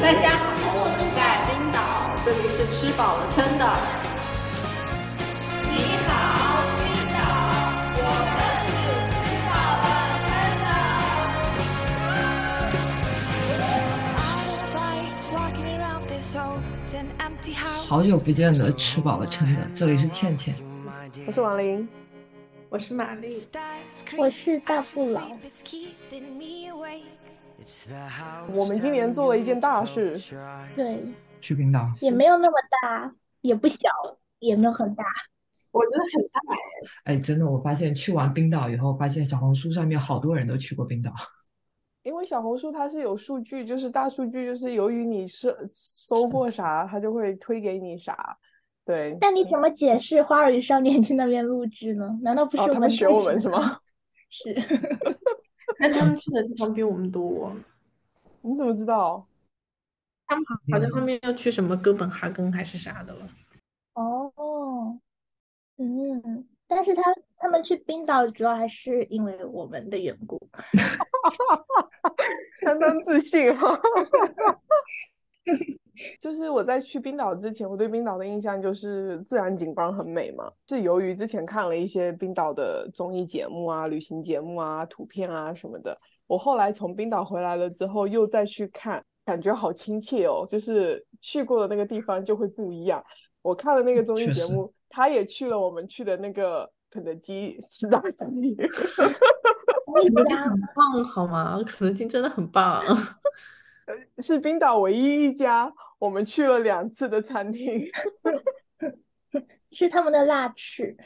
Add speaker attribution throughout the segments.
Speaker 1: 大家好，我们在冰岛，这里是吃饱了撑的。你好，冰岛，我们是吃饱了撑的。
Speaker 2: 好久不见的吃饱了撑的，这里是倩倩。
Speaker 1: 我是王琳，我是玛丽。
Speaker 3: 我是大富佬。
Speaker 4: 我们今年做了一件大事，
Speaker 3: 对，
Speaker 2: 去冰岛，
Speaker 3: 也没有那么大，也不小，也没有很大。
Speaker 4: 我觉得很大哎。
Speaker 2: 哎，真的，我发现去完冰岛以后，发现小红书上面好多人都去过冰岛。
Speaker 4: 因为小红书它是有数据，就是大数据，就是由于你是搜过啥，它就会推给你啥。对，
Speaker 3: 但你怎么解释《花儿与少年》去那边录制呢？难道不
Speaker 4: 哦，
Speaker 3: 是我
Speaker 4: 他
Speaker 3: 们
Speaker 4: 们
Speaker 3: 自
Speaker 4: 学我
Speaker 3: 己
Speaker 4: 们是吗？
Speaker 3: 是
Speaker 5: 但他们去的地方比我们多，
Speaker 4: 你怎么知道？
Speaker 5: 他们好好像后面要去什么哥本哈根还是啥的了。
Speaker 3: 哦，嗯，但是他他们去冰岛主要还是因为我们的缘故。
Speaker 4: 相当自信哦哈。 就是我在去冰岛之前，我对冰岛的印象就是自然景观很美嘛。是由于之前看了一些冰岛的综艺节目啊、旅行节目啊、图片啊什么的。我后来从冰岛回来了之后，又再去看，感觉好亲切哦。就是去过的那个地方就会不一样。我看了那个综艺
Speaker 2: 确
Speaker 4: 节
Speaker 2: 实
Speaker 4: 目，他也去了我们去的那个肯德基吃炸鸡。
Speaker 3: 我
Speaker 5: 肯德基
Speaker 3: 家
Speaker 5: 很棒，好吗？肯德基真的很棒。
Speaker 4: 是冰岛唯一一家我们去了两次的餐厅。
Speaker 3: 是他们的辣翅，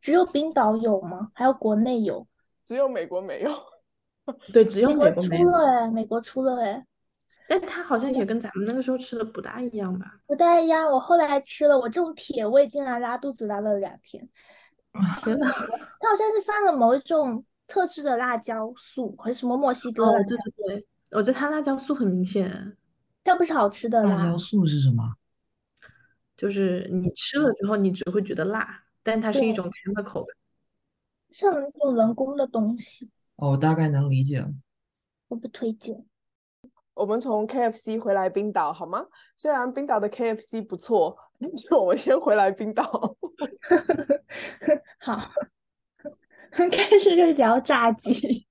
Speaker 3: 只有冰岛有吗？还有国内有？
Speaker 4: 只有美国没有。
Speaker 5: 对，只有
Speaker 3: 美
Speaker 5: 美
Speaker 3: 国
Speaker 5: 国
Speaker 3: 出
Speaker 5: 没有，
Speaker 3: 了哎，美国出了哎。
Speaker 5: 但它好像也跟咱们那个时候吃的不大一样 吧？
Speaker 3: 不太一样，我后来吃了，我种铁胃竟然拉肚子拉了两天。
Speaker 5: 天呐，
Speaker 3: 它好像是放了某一种特制的辣椒素，还是什么墨西哥
Speaker 5: 哦，
Speaker 3: 辣
Speaker 5: 对对对，我觉得它辣椒素很明显，
Speaker 3: 但不是好吃的
Speaker 2: 辣
Speaker 3: 啦
Speaker 2: 椒。素是什么？
Speaker 5: 就是你吃了之后，你只会觉得辣，但它是一
Speaker 3: 对
Speaker 5: 种 chemical。
Speaker 3: 像那种人工的东西，
Speaker 2: 哦，我大概能理解了。
Speaker 3: 我不推荐。
Speaker 4: 我们从 KFC 回来冰岛好吗？虽然冰岛的 KFC 不错，但是我们先回来冰岛。
Speaker 3: 好，开始就聊炸鸡。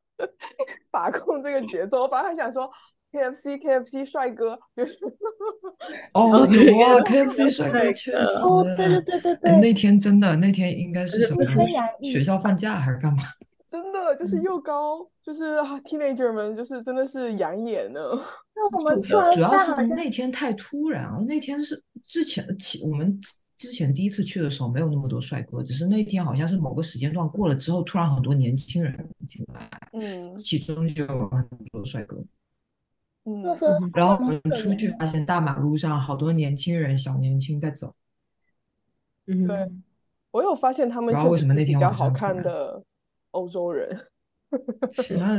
Speaker 4: 把控这个节奏，我本来还想说 KFC KFC 帅哥，就是
Speaker 2: 哦，
Speaker 5: 对
Speaker 2: 有啊，KFC 帅哥
Speaker 5: 对
Speaker 2: 确
Speaker 3: 哦，对对
Speaker 2: 实。
Speaker 3: 对对
Speaker 2: 哎，
Speaker 3: 对，
Speaker 2: 那天真的，那天应该是什
Speaker 3: 会
Speaker 2: 么
Speaker 3: 分洋溢
Speaker 2: 学校放假还是干嘛？
Speaker 4: 真的就是又高，就是啊 teenager 们就是真的是养眼呢。
Speaker 3: 那我们
Speaker 5: 是
Speaker 3: 吃完
Speaker 2: 主要
Speaker 3: 饭
Speaker 2: 是
Speaker 3: 好像
Speaker 2: 那天太突然了。那天是之前其我们之之前第一次去的时候没有那么多帅哥，只是那天好像是某个时间段过了之后，突然很多年轻人进来，
Speaker 4: 嗯
Speaker 2: 其中就有很多帅哥。
Speaker 3: 就
Speaker 4: 嗯，
Speaker 3: 说
Speaker 5: 嗯
Speaker 2: 然后我
Speaker 3: 蛮
Speaker 2: 们
Speaker 3: 可
Speaker 2: 出
Speaker 3: 怜啊
Speaker 2: 去
Speaker 3: 的
Speaker 2: 发现大马路上好多年轻人、小年轻在走。
Speaker 5: 嗯，
Speaker 4: 对我有发现他们
Speaker 2: 不知道
Speaker 4: 确
Speaker 2: 为
Speaker 4: 实
Speaker 2: 什么
Speaker 4: 是
Speaker 2: 那
Speaker 4: 比
Speaker 2: 天
Speaker 4: 较
Speaker 2: 晚
Speaker 4: 好
Speaker 2: 上突
Speaker 4: 看
Speaker 2: 然
Speaker 4: 的欧洲人。
Speaker 5: 是
Speaker 2: 然后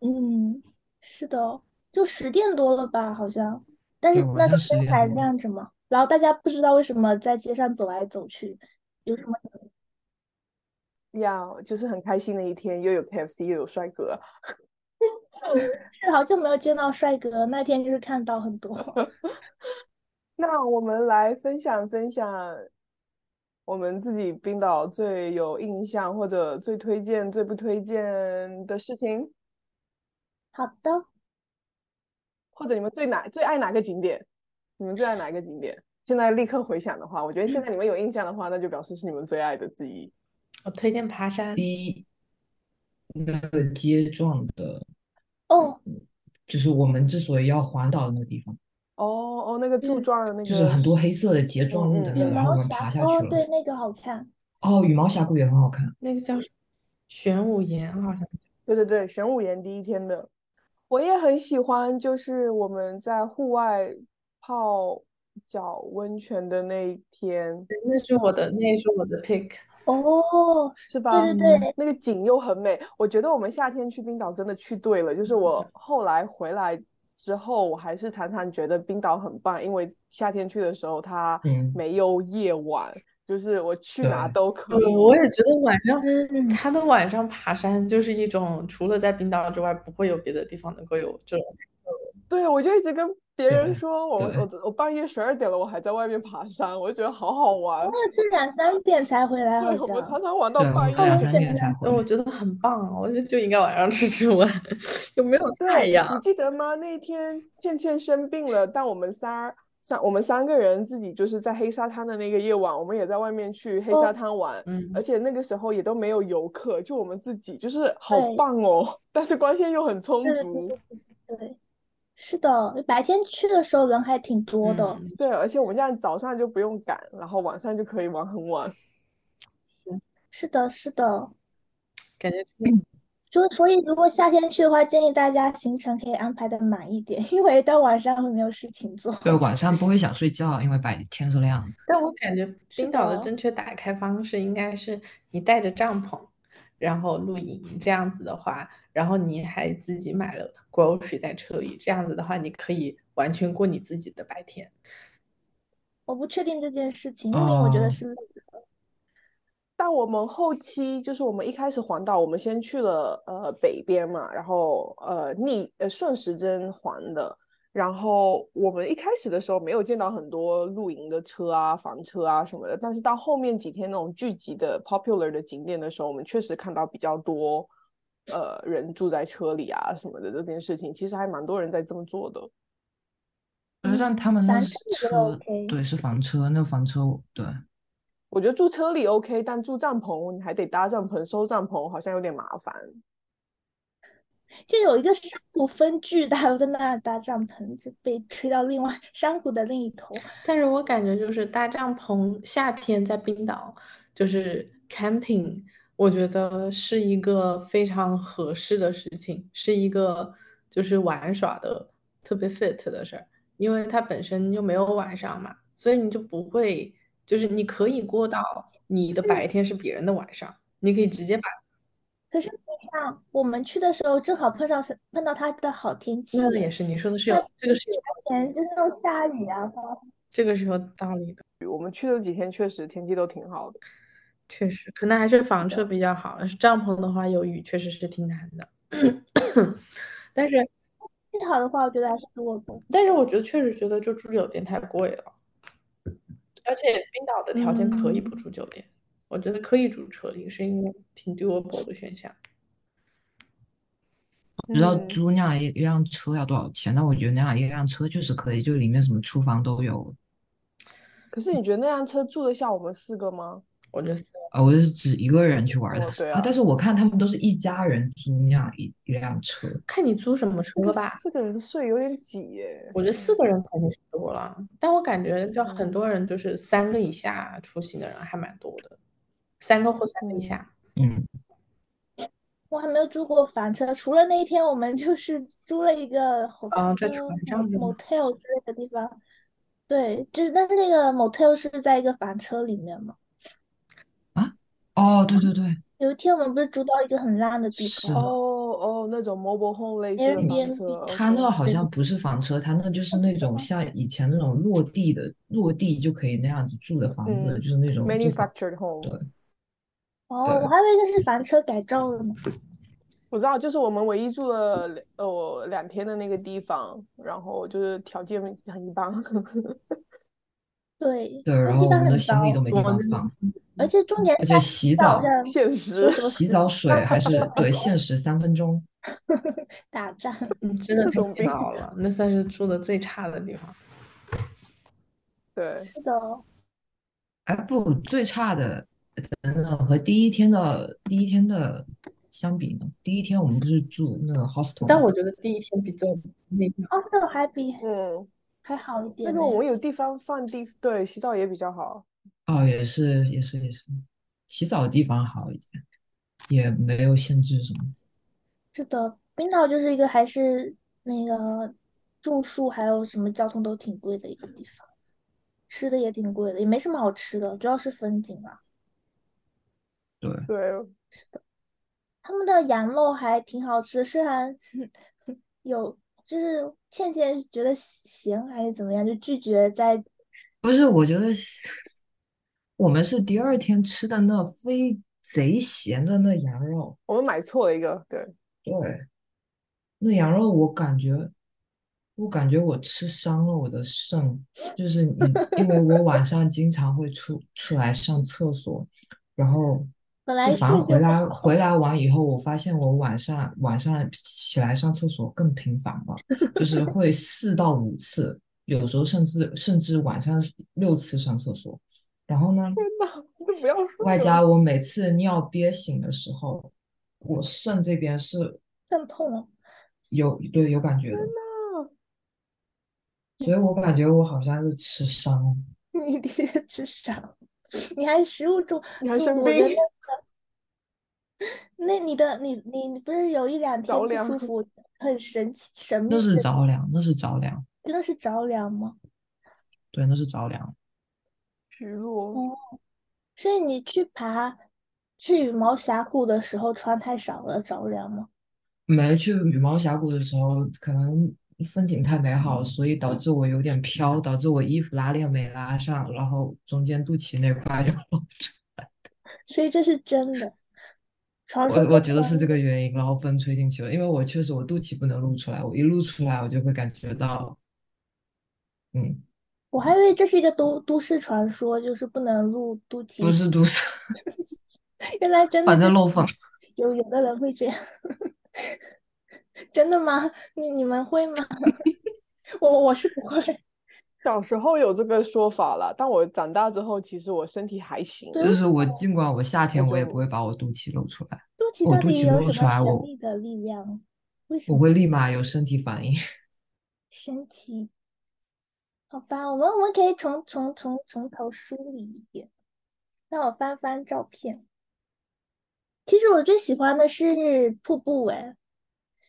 Speaker 3: 嗯，是的，就十点多了吧，好像，但是
Speaker 2: 对晚
Speaker 3: 那个
Speaker 2: 上10
Speaker 3: 灯
Speaker 2: 点
Speaker 3: 还
Speaker 2: 多
Speaker 3: 亮着嘛，然后大家不知道为什么在街上走来走去，有什么
Speaker 4: 呀就是很开心的一天，又有 KFC 又有帅哥，
Speaker 3: 事好久没有见到帅哥，那天就是看到很多
Speaker 4: 那我们来分享分享我们自己冰岛最有印象或者最推荐、最不推荐的事情，
Speaker 3: 好的，
Speaker 4: 或者你们最哪最爱哪个景点？你们最爱哪一个景点？现在立刻回想的话，我觉得现在你们有印象的话，那就表示是你们最爱的之一。
Speaker 5: 我推荐爬山。
Speaker 2: 那个街状的，
Speaker 3: 哦，
Speaker 2: 就是我们之所以要环岛的那个地方，
Speaker 4: 哦哦，那个柱
Speaker 3: 嗯
Speaker 4: 状的那
Speaker 2: 就是
Speaker 4: 个
Speaker 2: 很多黑色的节状物
Speaker 4: 嗯
Speaker 2: 的
Speaker 4: 嗯
Speaker 2: 那
Speaker 3: 羽
Speaker 2: 个，然后
Speaker 3: 毛
Speaker 2: 我们
Speaker 3: 侠，
Speaker 2: 爬下
Speaker 3: 哦，
Speaker 2: 去了。
Speaker 3: 对，那个好看，
Speaker 2: 哦，羽毛峡谷也很好看。
Speaker 5: 那个叫什么玄武岩，好像
Speaker 4: 对对对，玄武岩第一天的，我也很喜欢，就是我们在户外泡脚温泉的那一天，
Speaker 5: 对那是我的，那也是我的 pick。
Speaker 3: 哦，
Speaker 4: 是
Speaker 3: 对
Speaker 4: 吧？
Speaker 3: 对对，
Speaker 4: 那个景又很美，我觉得我们夏天去冰岛真的去对了。就是我后来回来之后，我还是常常觉得冰岛很棒，因为夏天去的时候它
Speaker 2: 嗯
Speaker 4: 没有夜晚，就是我去哪
Speaker 2: 对
Speaker 4: 都可以。
Speaker 5: 对，我也觉得晚上
Speaker 3: 嗯
Speaker 5: 他的晚上爬山就是一种除了在冰岛之外，不会有别的地方能够有这种。
Speaker 4: 对，我就一直跟别人
Speaker 2: 对
Speaker 4: 说，我
Speaker 2: 对
Speaker 4: 我我半夜十二点了，我还在外面爬山，我就觉得好好玩。
Speaker 3: 那是两三点才回来，
Speaker 4: 对，
Speaker 3: 好
Speaker 4: 我
Speaker 3: 像。
Speaker 4: 常常玩到
Speaker 2: 对，我
Speaker 4: 半
Speaker 2: 们
Speaker 4: 夜。
Speaker 2: 两
Speaker 3: 对
Speaker 2: 三点才回
Speaker 5: 我
Speaker 2: 来。
Speaker 5: 觉得很棒啊，我就就应该晚上吃吃完，有没有太
Speaker 4: 对，
Speaker 5: 阳？
Speaker 4: 你记得吗？那一天倩倩生病了，但我们仨儿三我们三个人自己就是在黑沙滩的那个夜晚，我们也在外面去黑沙
Speaker 3: 哦
Speaker 4: 滩玩，
Speaker 5: 嗯，
Speaker 4: 而且那个时候也都没有游客，就我们自己，就是好
Speaker 3: 对
Speaker 4: 棒哦。 但是光线又很充
Speaker 3: 对
Speaker 4: 足，
Speaker 3: 对，是的，白天去的时候人还挺多的。
Speaker 5: 嗯
Speaker 4: 对，而且我们这样早上就不用赶，然后晚上就可以玩很晚。
Speaker 3: 是的，是的。
Speaker 5: 感觉
Speaker 3: 就所以，如果夏天去的话，建议大家行程可以安排的满一点，因为到晚上会没有事情做。
Speaker 2: 对，晚上不会想睡觉，因为白天是亮的。
Speaker 5: 但我感觉
Speaker 3: 是
Speaker 5: 冰岛的
Speaker 3: 的
Speaker 5: 正确打开方式应该是你带着帐篷，然后露营这样子的话，然后你还自己买了 grocery 在车里，这样子的话，你可以完全过你自己的白天。
Speaker 3: 我不确定这件事情，露营我觉得
Speaker 2: 哦
Speaker 3: 是累的。
Speaker 4: 但我们后期就是我们一开始环岛，我们先去了呃北边嘛，然后呃逆呃顺时针环的。然后我们一开始的时候没有见到很多露营的车啊、房车啊什么的，但是到后面几天那种聚集的 popular 的景点的时候，我们确实看到比较多呃人住在车里啊什么的这件事情，其实还蛮多人在这么做的。
Speaker 2: 呃但他们那
Speaker 3: 房
Speaker 2: 是
Speaker 3: 车我觉得
Speaker 2: 车
Speaker 3: OK，
Speaker 2: 对，是房车，那房车我对，
Speaker 4: 我觉得住车里 OK，但住帐篷你还得搭帐篷、收帐篷，好像有点麻烦。
Speaker 3: 就有一个山谷分巨大，我在那儿搭帐篷，就被推到另外山谷的另一头。
Speaker 5: 但是我感觉就是搭帐篷，夏天在冰岛就是 camping，我觉得是一个非常合适的事情，是一个就是玩耍的特别 fit 的事儿，因为它本身就没有晚上嘛，所以你就不会，就是你可以过到你的白天是别人的晚上，你可以直接把
Speaker 3: 可是你像我们去的时候，正好碰上是碰到它的好天气，
Speaker 5: 那个也是你说的是有这个是有
Speaker 3: 前就是那种下雨啊，
Speaker 5: 这个是有道理的，
Speaker 4: 我们去了几天，确实天气都挺好的。
Speaker 5: 确实可能还是房车比较好，帐篷的话有雨确实是挺难的。 但是，
Speaker 3: 最好的话，我觉得还是多的。
Speaker 5: 但是我觉得确实觉得就住酒店太贵了，而且冰岛的条件可以
Speaker 4: 嗯
Speaker 5: 不住酒店，我觉得可以住车里是一个挺 doable 的选项。
Speaker 2: 不知道
Speaker 4: 嗯
Speaker 2: 租那样一一辆车要多少钱，但我觉得那样一辆车确实可以，就里面什么厨房都有。
Speaker 4: 可是
Speaker 5: 嗯
Speaker 4: 你觉得那辆车住得下我们四个吗？
Speaker 5: 我觉得是
Speaker 2: 啊，我是指一个人去玩的
Speaker 4: 哦对
Speaker 2: 啊，但
Speaker 4: 啊
Speaker 2: 是我看他们都是一家人租那样一一辆车，
Speaker 5: 看你租什么
Speaker 4: 那
Speaker 5: 车
Speaker 4: 个
Speaker 5: 吧，
Speaker 4: 四个人睡有点挤耶。
Speaker 5: 我觉得四个人肯定是多了，但我感觉就很多
Speaker 4: 嗯
Speaker 5: 人就是三个以下出行的人还蛮多的，三个或三个以
Speaker 4: 嗯
Speaker 5: 下。
Speaker 2: 嗯，
Speaker 3: 我还没有住过房车，除了那一天我们就是租了一个
Speaker 2: 啊
Speaker 3: hotel
Speaker 5: 哦在船上是吗
Speaker 3: motel 之类的地方，对，就是但是那个 motel 是在一个房车里面嘛。
Speaker 2: 哦，对对对，
Speaker 3: 有一天我们不是租到一个很烂的地
Speaker 2: 是
Speaker 3: 方，
Speaker 4: 哦
Speaker 2: 的。
Speaker 4: 哦，那种 mobile home 类似的房
Speaker 3: Airbnb
Speaker 4: 车
Speaker 2: 他那
Speaker 4: 哦，OK。
Speaker 2: 好像不是房车，他那就是那种像以前那种落地的，落地就可以那样子住的房子，
Speaker 4: 嗯
Speaker 2: 就是那种就房
Speaker 4: Manufactured home，
Speaker 2: 对
Speaker 3: 哦，
Speaker 2: 对
Speaker 3: 我还以为那是房车改造的呢。
Speaker 4: 我知道，就是我们唯一住了两呃两天的那个地方，然后就是条件很一般。
Speaker 3: 对，
Speaker 2: 对，
Speaker 3: 那
Speaker 2: 然
Speaker 3: 地
Speaker 2: 后我
Speaker 3: 方
Speaker 2: 们的
Speaker 3: 很
Speaker 2: 行李
Speaker 3: 糟
Speaker 2: 都没地
Speaker 5: 我
Speaker 2: 方
Speaker 5: 那
Speaker 2: 放，
Speaker 3: 而且重点
Speaker 2: 而
Speaker 3: 是
Speaker 2: 且洗
Speaker 3: 它
Speaker 2: 澡
Speaker 3: 好、像
Speaker 4: 现实
Speaker 3: 什么
Speaker 2: 洗 澡水还是对限时三分钟，
Speaker 3: 打仗，
Speaker 5: 你真的
Speaker 4: 嗯
Speaker 5: 太
Speaker 4: 种
Speaker 5: 疲
Speaker 4: 病
Speaker 5: 劳了，那算是住的最差的地方。
Speaker 4: 对，
Speaker 3: 是的哦，
Speaker 2: 哎不，最差的等等和第一天的第一天的相比呢，第一天我们不是住那个 hostel，
Speaker 5: 但
Speaker 2: 吗
Speaker 5: 我觉得第一天比最后那天
Speaker 3: 奥斯陆还比
Speaker 4: 嗯，
Speaker 3: 还好一
Speaker 4: 那
Speaker 3: 点
Speaker 4: 个
Speaker 3: 呢。
Speaker 4: 我们有地方放地，对，洗澡也比较好。
Speaker 2: 哦也是也是也是，洗澡的地方好一点，也没有限制什么，
Speaker 3: 是的，冰岛就是一个还是那个住宿还有什么交通都挺贵的一个地方，吃的也挺贵的，也没什么好吃的，主要是风景啊。
Speaker 2: 对，
Speaker 4: 对，
Speaker 3: 他们的羊肉还挺好吃，虽然 有就是倩倩觉得咸还是怎么样，就拒绝在
Speaker 2: 不是我觉得。我们是第二天吃的那非贼咸的那羊肉，
Speaker 4: 我们买错了一个，对，
Speaker 2: 对，那羊肉我感觉，我感觉我吃伤了我的肾，就是你，因为我晚上经常会出出来上厕所，然后
Speaker 3: 本
Speaker 2: 哎就
Speaker 3: 来
Speaker 2: 反而
Speaker 3: 睡
Speaker 2: 回
Speaker 3: 就好
Speaker 2: 来回来完以后，我发现我晚上晚上起来上厕所更频繁 了，就是会四到五次，有时候甚至甚至晚上六次上厕所，然后呢？
Speaker 4: 天呐，都不要说
Speaker 2: 外
Speaker 4: 了
Speaker 2: 加我每次尿憋醒的时候，我肾这边是
Speaker 3: 阵痛啊，
Speaker 2: 有，对，有感觉的，所以我感觉我好像是吃伤了。
Speaker 3: 你的确智商，你还食物中
Speaker 4: 你还
Speaker 3: 中
Speaker 4: 生
Speaker 3: 毒，我觉得
Speaker 4: 病
Speaker 3: 那你的你你你不是有一两天
Speaker 4: 着
Speaker 3: 不
Speaker 4: 凉
Speaker 3: 舒服，很神奇神秘
Speaker 2: 那是
Speaker 3: 的，
Speaker 2: 着凉，那是着凉，
Speaker 3: 真的是着凉吗？
Speaker 2: 对，那是着凉。
Speaker 4: 徐若
Speaker 3: 哦所以你去爬去羽毛峡谷的时候穿太少了着凉吗？
Speaker 2: 没去羽毛峡谷的时候，可能风景太美
Speaker 4: 嗯
Speaker 2: 好，所以导致我有点飘，导致我衣服拉链没拉上，然后中间肚脐那块就，
Speaker 3: 所以这是真的，传
Speaker 2: 我
Speaker 3: 说
Speaker 2: 我
Speaker 3: 中
Speaker 2: 觉得是
Speaker 3: 的
Speaker 2: 这个原因，然后风吹进去了，因为我确实我肚脐不能露出来，我一露出来我就会感觉到，嗯。
Speaker 3: 我还以为这是一个都都市传说，就是不能露肚
Speaker 2: 不
Speaker 3: 脐，
Speaker 2: 是都市，
Speaker 3: 原来真的
Speaker 2: 反
Speaker 3: 会
Speaker 2: 正漏风。
Speaker 3: 有有的人会这样， 真的吗？你你们会吗？ 我我是不会。
Speaker 4: 小时候有这个说法啦，但我长大之后，其实我身体还行。
Speaker 3: 对
Speaker 2: 就是我，尽管我夏天
Speaker 4: 我
Speaker 2: 我也
Speaker 4: 就
Speaker 2: 不会把我肚脐露出来，
Speaker 3: 肚脐
Speaker 2: 我
Speaker 3: 到
Speaker 2: 肚
Speaker 3: 底
Speaker 2: 脐
Speaker 3: 有
Speaker 2: 露
Speaker 3: 什
Speaker 2: 出
Speaker 3: 么
Speaker 2: 来，
Speaker 3: 神
Speaker 2: 我
Speaker 3: 秘的力量？为什
Speaker 2: 我
Speaker 3: 么
Speaker 2: 会立马有身体反应。
Speaker 3: 神奇？好吧，我们我们可以从从从从头梳理一遍。让我翻翻照片。其实我最喜欢的是瀑布，哎，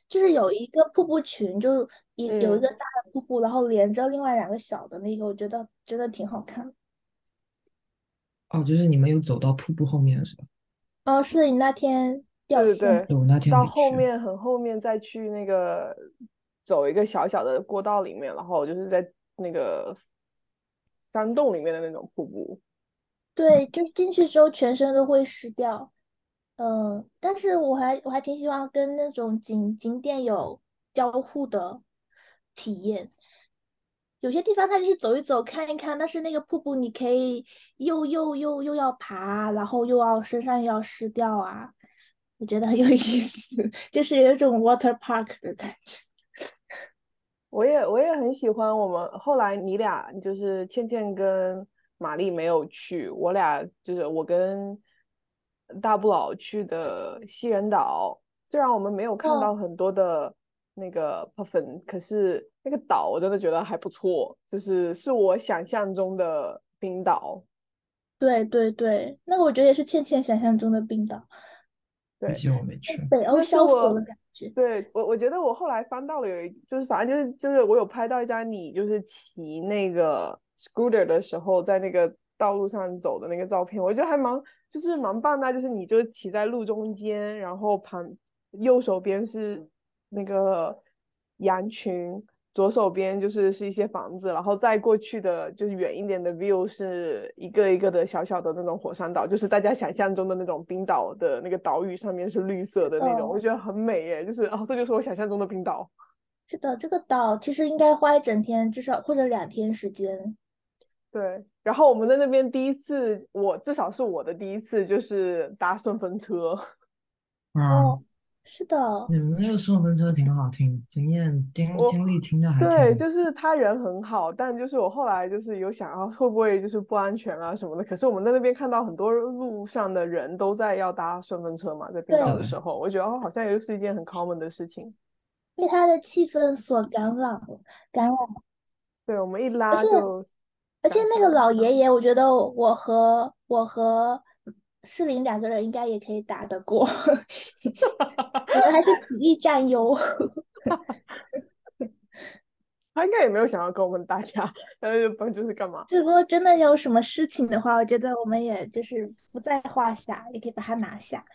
Speaker 3: 就是有一个瀑布群，就是一有一个
Speaker 4: 嗯
Speaker 3: 大的瀑布，然后连着另外两个小的那个，我觉得觉得挺好看的。
Speaker 2: 哦，就是你们有走到瀑布后面是吧？
Speaker 3: 哦，是的，你那天掉
Speaker 4: 对对
Speaker 3: 线了，
Speaker 4: 对，
Speaker 2: 对，我那天
Speaker 4: 到
Speaker 2: 没
Speaker 4: 后
Speaker 2: 去。
Speaker 4: 面很后面再去那个走一个小小的过道里面，然后就是在那个山洞里面的那种瀑布。
Speaker 3: 对，就是进去之后全身都会湿掉。嗯，但是我还我还挺喜欢跟那种景景点有交互的体验。有些地方它就是走一走看一看，但是那个瀑布你可以又又又又要爬，然后又要身上又要湿掉啊，我觉得很有意思，就是有一种 water park 的感觉。
Speaker 4: 我也我也很喜欢我们后来你俩就是倩倩跟玛丽没有去，我俩就是我跟大不老去的西人岛，虽然我们没有看
Speaker 3: 哦，
Speaker 4: 到很多的那个 puffin，可是那个岛我真的觉得还不错，就是是我想象中的冰岛。
Speaker 3: 对对对，那个我觉得也是倩倩想象中的冰岛，哦
Speaker 2: 可
Speaker 4: 对，
Speaker 2: 惜我没去。
Speaker 3: 北欧
Speaker 4: 那是
Speaker 3: 萧索
Speaker 4: 我，
Speaker 3: 的感觉。
Speaker 4: 对，我我觉得我后来翻到了有一，就是反正就是就是我有拍到一张你就是骑那个 scooter 的时候在那个道路上走的那个照片，我觉得还蛮就是蛮棒的啊，就是你就骑在路中间，然后旁右手边是那个羊群，左手边就是是一些房子，然后再过去的就是远一点的 view 是一个一个的小小的那种火山岛，就是大家想象中的那种冰岛的那个岛屿上面是绿色的那种，我
Speaker 3: 哦。
Speaker 4: 觉得很美耶，就是哦，这就是我想象中的冰岛。
Speaker 3: 是的，这个岛其实应该花一整天，至少或者两天时间。
Speaker 4: 对，然后我们在那边第一次，我至少是我的第一次，就是搭顺风车。
Speaker 2: 啊，
Speaker 3: 哦，是的，
Speaker 2: 你们那个顺风车挺好听，经验经
Speaker 4: 我
Speaker 2: 经历听着还挺
Speaker 4: 对，
Speaker 2: 好。
Speaker 4: 就是他人很好，但就是我后来就是有想要会不会就是不安全啊什么的。可是我们在那边看到很多路上的人都在要搭顺风车嘛，在冰岛
Speaker 3: 对，
Speaker 4: 的时
Speaker 2: 对，
Speaker 4: 候，我觉得哦，好像也是一件很 common 的事情。
Speaker 3: 被它的气氛所感染，感染。
Speaker 4: 对，我们一
Speaker 3: 而
Speaker 4: 拉
Speaker 3: 且
Speaker 4: 就
Speaker 3: 而且
Speaker 4: 搭
Speaker 3: 那
Speaker 4: 上
Speaker 3: 个
Speaker 4: 了。嗯
Speaker 3: 老爷爷，我觉得我和我和世林两个人应该也可以打得过， 我们还是体力占 优。
Speaker 4: 他应该也没有想要跟我们打架，然后就不就是干嘛？
Speaker 3: 如果真的有什么事情的话，我觉得我们也就是不在话下，也可以把它拿下。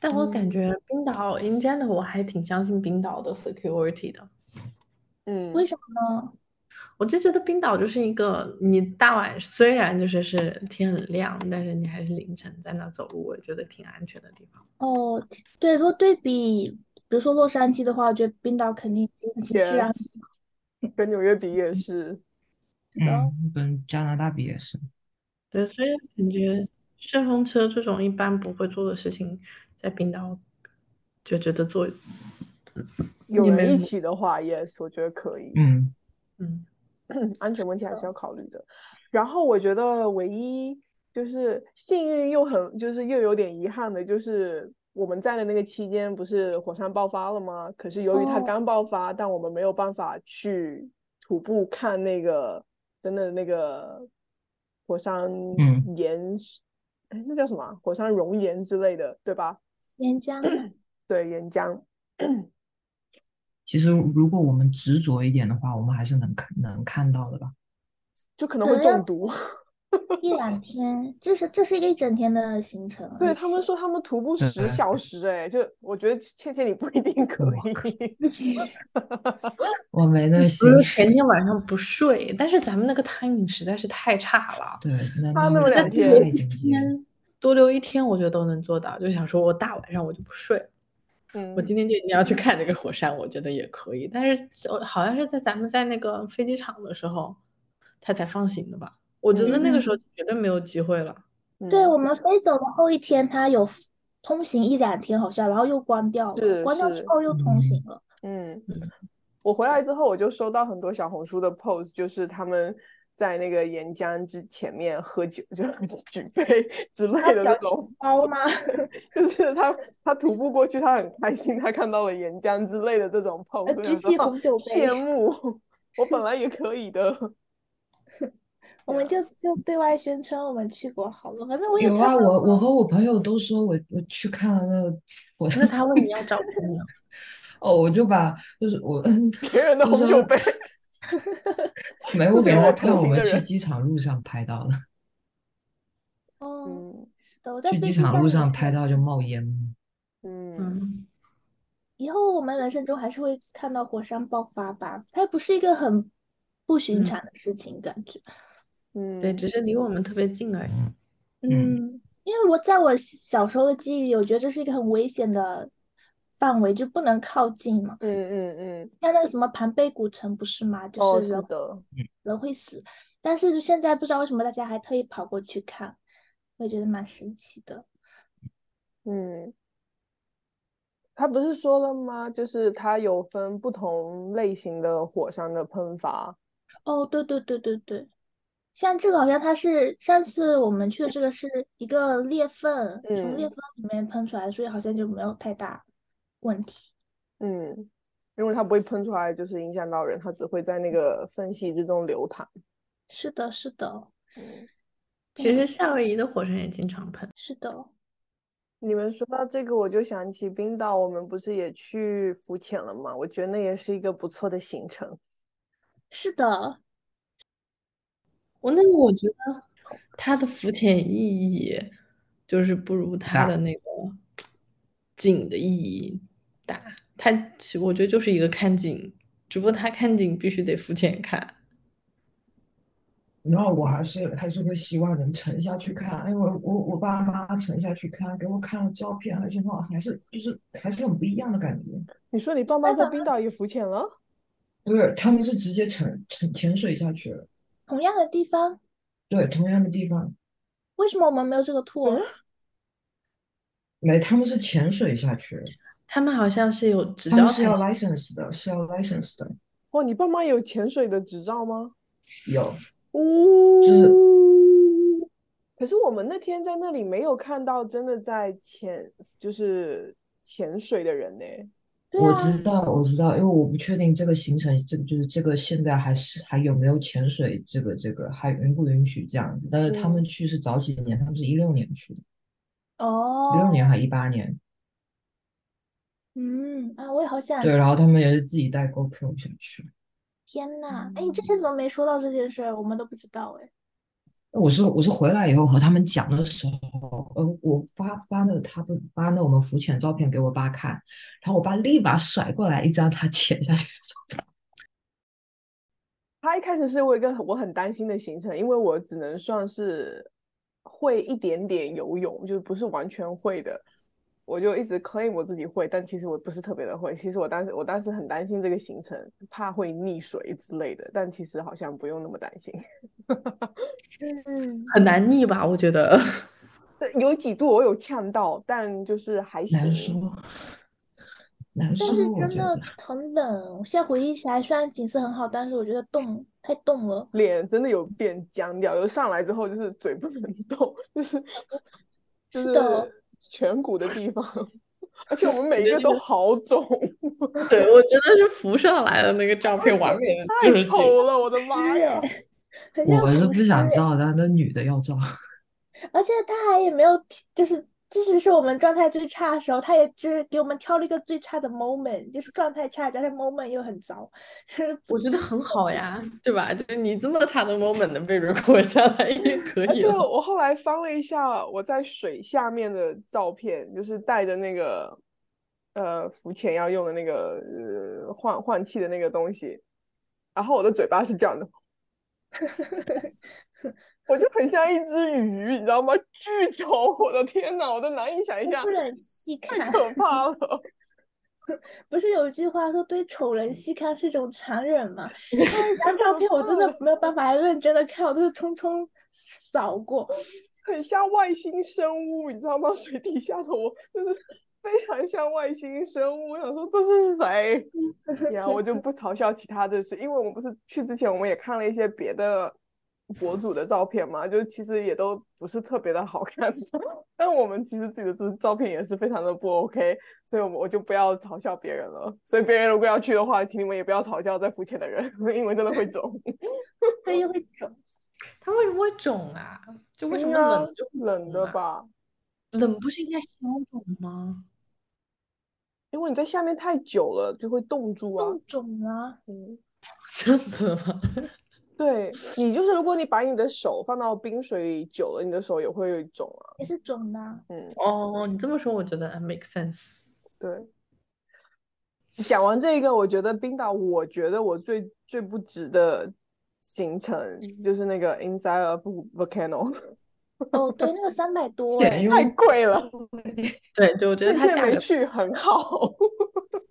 Speaker 5: 但我感
Speaker 4: 嗯
Speaker 5: 觉冰岛 in general 我还挺相信冰岛的 security 的。
Speaker 4: 嗯。
Speaker 3: 为什么呢？
Speaker 5: 我就觉得冰岛就是一个，你大晚虽然就是是天很亮，但是你还是凌晨在那走路，我觉得挺安全的地方。
Speaker 3: 哦，对，如果对比，比如说洛杉矶的话，我觉得冰岛肯定是治安
Speaker 4: Yes 跟纽约比也是，
Speaker 3: 的
Speaker 2: 嗯，跟加拿大比也是。
Speaker 5: 对，所以感觉顺风车这种一般不会做的事情，在冰岛就觉得做，
Speaker 4: 有
Speaker 5: 你们
Speaker 4: 人一起的话，yes，我觉得可以。
Speaker 2: 嗯，
Speaker 5: 嗯，
Speaker 4: 安全问题还是要考虑的。然后我觉得唯一就是幸运又很就是又有点遗憾的，就是我们在的那个期间不是火山爆发了吗？可是由于它
Speaker 3: 哦
Speaker 4: 刚爆发，但我们没有办法去徒步看那个真的那个火山
Speaker 2: 嗯
Speaker 4: 岩，哎，那叫什么啊？火山熔岩之类的，对吧？
Speaker 3: 岩浆
Speaker 4: 对，岩浆。
Speaker 2: 其实如果我们执着一点的话，我们还是能看能看到的吧。
Speaker 4: 就可能
Speaker 3: 可
Speaker 4: 会
Speaker 3: 能要
Speaker 4: 中毒，
Speaker 3: 一两天，这是这是一个一整天的行程啊。
Speaker 4: 对
Speaker 3: 而
Speaker 4: 他们
Speaker 3: 且
Speaker 4: 说他们徒步
Speaker 2: 对
Speaker 4: 十小时、哎，就我觉得倩倩你不一定可
Speaker 2: 哇
Speaker 4: 以。
Speaker 2: 我没
Speaker 4: 嗯
Speaker 2: 那
Speaker 5: 不
Speaker 2: 心
Speaker 5: 是。前天晚上不睡，但是咱们那个 timing 实在是太差了。
Speaker 2: 对，那
Speaker 4: 他
Speaker 2: 那
Speaker 4: 那么
Speaker 2: 个
Speaker 4: 两
Speaker 5: 再
Speaker 2: 太
Speaker 5: 多
Speaker 4: 天
Speaker 5: 留
Speaker 2: 太
Speaker 5: 一
Speaker 2: 紧急
Speaker 3: 嗯
Speaker 2: 了。
Speaker 5: 天，多留一天，我觉得都能做到。就想说我大晚上我就不睡，
Speaker 4: 嗯，
Speaker 5: 我今天就一定要去看这个火山，我觉得也可以。但是就好像是在咱们在那个飞机场的时候，他才放行的吧？我觉得那个时候绝对没有机会了。
Speaker 3: 对
Speaker 4: 嗯
Speaker 3: 我们飞走的后一天，它有通行一两天，好像，然后又关掉
Speaker 4: 是
Speaker 3: 了，关掉之
Speaker 4: 是
Speaker 3: 后又通行了。
Speaker 4: 嗯
Speaker 5: 嗯，
Speaker 4: 我回来之后我就收到很多小红书的 post，就是他们在那个岩浆之前面喝酒，就是 举杯之类的那种，
Speaker 3: 包吗？
Speaker 4: 就是他他徒步过去，他很开心，他看到了岩浆之类的这种 post，我
Speaker 3: 举
Speaker 4: 想
Speaker 3: 起
Speaker 4: 说
Speaker 3: 红酒杯
Speaker 4: 羡慕， 我本来也可以的。 啊
Speaker 3: 我们就就对外宣称我们去过好了，反正我也
Speaker 2: 有
Speaker 3: 看
Speaker 2: 啊，
Speaker 3: 到
Speaker 2: 我我
Speaker 3: 了
Speaker 2: 和我朋友都说我我去看了那火
Speaker 5: 那
Speaker 2: 山，
Speaker 5: 他问你要照片呢？
Speaker 2: 哦，我就把就是我
Speaker 4: 别人的
Speaker 2: 我
Speaker 4: 红
Speaker 2: 说
Speaker 4: 酒杯，
Speaker 2: 没有
Speaker 4: 不
Speaker 2: 我给
Speaker 4: 行
Speaker 2: 他
Speaker 4: 我同
Speaker 2: 看我
Speaker 4: 行
Speaker 2: 们
Speaker 4: 的
Speaker 2: 去
Speaker 4: 人
Speaker 2: 机场路上拍到的，
Speaker 3: 哦，
Speaker 4: 嗯
Speaker 3: 是的，我在
Speaker 2: 去
Speaker 3: 飞
Speaker 2: 机
Speaker 3: 机
Speaker 2: 场路
Speaker 3: 也
Speaker 2: 上
Speaker 3: 是
Speaker 2: 拍到就冒烟了。
Speaker 4: 嗯，
Speaker 5: 嗯，
Speaker 3: 以后我们人生中还是会看到火山爆发吧，它不是一个很不寻
Speaker 5: 嗯
Speaker 3: 常的事情，感觉。
Speaker 4: 嗯，
Speaker 5: 对，只是离我们特别近而已。
Speaker 2: 嗯
Speaker 3: 嗯，因为我在我小时候的记忆里，我觉得这是一个很危险的范围，就不能靠近嘛。
Speaker 4: 嗯嗯嗯，
Speaker 3: 像那个什么庞贝古城不是吗？就
Speaker 4: 哦，
Speaker 3: 是
Speaker 4: 是
Speaker 3: 人、
Speaker 4: 的，
Speaker 3: 人会死，但是就现在不知道为什么大家还特意跑过去看，我也觉得蛮神奇的。
Speaker 4: 嗯，他不是说了吗？就是它有分不同类型的火山的喷发，
Speaker 3: 哦，对对对对对，像这个好像它是上次我们去的这个是一个裂缝，从裂
Speaker 4: 嗯
Speaker 3: 缝里面喷出来，所以好像就没有太大问题。
Speaker 4: 嗯，因为它不会喷出来，就是影响到人，它只会在那个缝隙之中流淌。
Speaker 3: 是的，是的，
Speaker 4: 嗯，
Speaker 5: 其实夏威夷的火山也经常喷。
Speaker 3: 是的。
Speaker 4: 你们说到这个，我就想起冰岛，我们不是也去浮潜了吗？我觉得那也是一个不错的行程。
Speaker 3: 是的，
Speaker 5: 我那个我觉得它的浮潜意义就是不如它
Speaker 2: 大
Speaker 5: 的那个景的意义大。它其我觉得就是一个看景，只不过它看景必须得浮潜看。
Speaker 2: 然后我还是还是会希望能沉下去看，因为我我我爸妈沉下去看，给我看了照片，啊而且那种还是就是还是很不一样的感觉。
Speaker 4: 你说哎你爸妈
Speaker 3: 那
Speaker 4: 在
Speaker 3: 咱
Speaker 4: 冰岛也浮潜了？
Speaker 2: 不是，他们是直接沉沉潜水下去了。
Speaker 3: 同样的地方，
Speaker 2: 对，同样的地方，
Speaker 3: 为什么我们没有这个 tour？
Speaker 2: 没，他们是潜水下去的，
Speaker 5: 他们好像是有执
Speaker 2: 他
Speaker 5: 照
Speaker 2: 们是
Speaker 5: 才
Speaker 2: 要
Speaker 5: 行，
Speaker 2: license 的，是要 license 的，
Speaker 4: 哦，你爸妈有潜水的执照吗？
Speaker 2: 有。
Speaker 4: 哦，可是我们那天在那里没有看到真的在潜，就是潜水的人呢。
Speaker 3: 对
Speaker 2: 我
Speaker 3: 啊，
Speaker 2: 知道，我知道，因为我不确定这个行程，这个就是这个现在还是还有没有潜水，这个这个还允不允许这样子？但是他们
Speaker 4: 嗯
Speaker 2: 去是早几年，他们是一六年去的，一六年
Speaker 3: 哦，
Speaker 2: 还一八年，
Speaker 3: 嗯啊，我也好想
Speaker 2: 对，然后
Speaker 3: 去，
Speaker 2: 他们也是自己带 GoPro 下去。
Speaker 3: 天呐，哎，你之前怎么没说到这件事儿？我们都不知道哎。
Speaker 2: 我是我是回来以后和他们讲的时候，呃，我发发了他们发了我们浮潜照片给我爸看， 然后我爸立马甩过来一张他潜下去的照片。
Speaker 4: 它一开始是我一个很我很担心的行程，因为我只能算是会一点点游泳，就是不是完全会的。我就一直 claim 我自己会，但其实我不是特别的会。其实我当时我当时很担心这个行程，怕会溺水之类的，但其实好像不用那么担心。
Speaker 3: 嗯，
Speaker 5: 很难腻吧？我觉得
Speaker 4: 对有几度我有呛到，但就是还
Speaker 2: 难
Speaker 4: 行。
Speaker 2: 说，难
Speaker 3: 但
Speaker 2: 说，
Speaker 3: 是
Speaker 2: 我
Speaker 3: 真
Speaker 2: 觉得
Speaker 3: 的很冷。我现在回忆起来，虽然景色很好，但是我觉得冻太冻了。
Speaker 4: 脸真的有变僵掉，就上来之后就是嘴不能动，就是就是
Speaker 3: 的，
Speaker 4: 是颧骨的地方， 而且我们每
Speaker 5: 觉
Speaker 4: 一
Speaker 5: 得
Speaker 4: 个
Speaker 5: 那
Speaker 4: 都
Speaker 5: 个
Speaker 4: 好肿，
Speaker 5: 对我真的是浮上来的那个照片，完美的
Speaker 4: 太
Speaker 5: 就是这个。
Speaker 4: 丑了，我的妈
Speaker 3: 湿
Speaker 4: 呀！
Speaker 3: 哎，很像
Speaker 2: 我是
Speaker 3: 浮
Speaker 2: 不
Speaker 3: 尸
Speaker 2: 想
Speaker 3: 哎，
Speaker 2: 照，但是那女的要照。
Speaker 3: 而且他还也没有提，就是即使是我们状态最差的时候，他也只是给我们挑了一个最差的 moment，就是状态差，加上 moment 又很糟，就是不
Speaker 5: 我觉
Speaker 3: 就
Speaker 5: 得
Speaker 3: 是
Speaker 5: 很好呀，对吧？就是你这么差的 moment 能被 record 下来也可
Speaker 4: 而
Speaker 5: 以
Speaker 4: 且
Speaker 5: 啊了。
Speaker 4: 我后来翻了一下我在水下面的照片，就是带着那个呃浮潜要用的那个呃换换气的那个东西，然后我的嘴巴是这样的，我就很像一只鱼，你知道吗？巨丑！我的天呐，我都难以想象，
Speaker 3: 不忍啊细
Speaker 4: 太
Speaker 3: 看。
Speaker 4: 可怕了。
Speaker 3: 不是有一句话说对丑人细看是一种残忍 吗？那一张照
Speaker 4: 可
Speaker 3: 片我真
Speaker 4: 怕
Speaker 3: 的
Speaker 4: 了，
Speaker 3: 没有办法认真的看，我都是匆匆扫过。
Speaker 4: 很像外星生物，你知道吗？ 水底下的我就是非常像外星生物。我想说这是谁？呀，我就不嘲笑其他的事，因为我们不是去之前我们也看了一些别的博主的照片嘛，就其实也都不是特别的好看但我们其实自己的这照片也是非常的不 OK，所以我我就不要嘲笑别人了。所以别人如果要去的话，请你们也不要嘲笑在浮潜的人， 因为真的会肿。
Speaker 3: 对，又会肿。
Speaker 5: 它为什么会肿啊？就为什
Speaker 4: 对
Speaker 5: 么
Speaker 4: 呀，
Speaker 5: 冷就会
Speaker 4: 冷
Speaker 5: 肿
Speaker 4: 的
Speaker 5: 啊？
Speaker 4: 吧。
Speaker 5: 冷不是应该消肿吗？
Speaker 4: 因为你在下面太久了，就会冻住啊。
Speaker 3: 冻肿啊，
Speaker 4: 嗯，
Speaker 5: 这样子吗？
Speaker 4: 对，你就是如果你把你的手放到冰水里久了，你的手也会肿啊。
Speaker 3: 也是肿的啊。
Speaker 4: 嗯，
Speaker 5: 哦，你这么说，我觉得啊 make sense。
Speaker 4: 对。讲完这个，我觉得冰岛，我觉得我最最不值的行程就是那个 Inside of Volcano，
Speaker 3: 哦，对，那个三百多
Speaker 2: 钱
Speaker 3: 哎，
Speaker 4: 太
Speaker 2: 又
Speaker 4: 贵了，
Speaker 5: 对，就我觉得
Speaker 4: 那
Speaker 5: 它
Speaker 4: 这
Speaker 5: 价
Speaker 4: 没
Speaker 5: 格
Speaker 4: 去很好，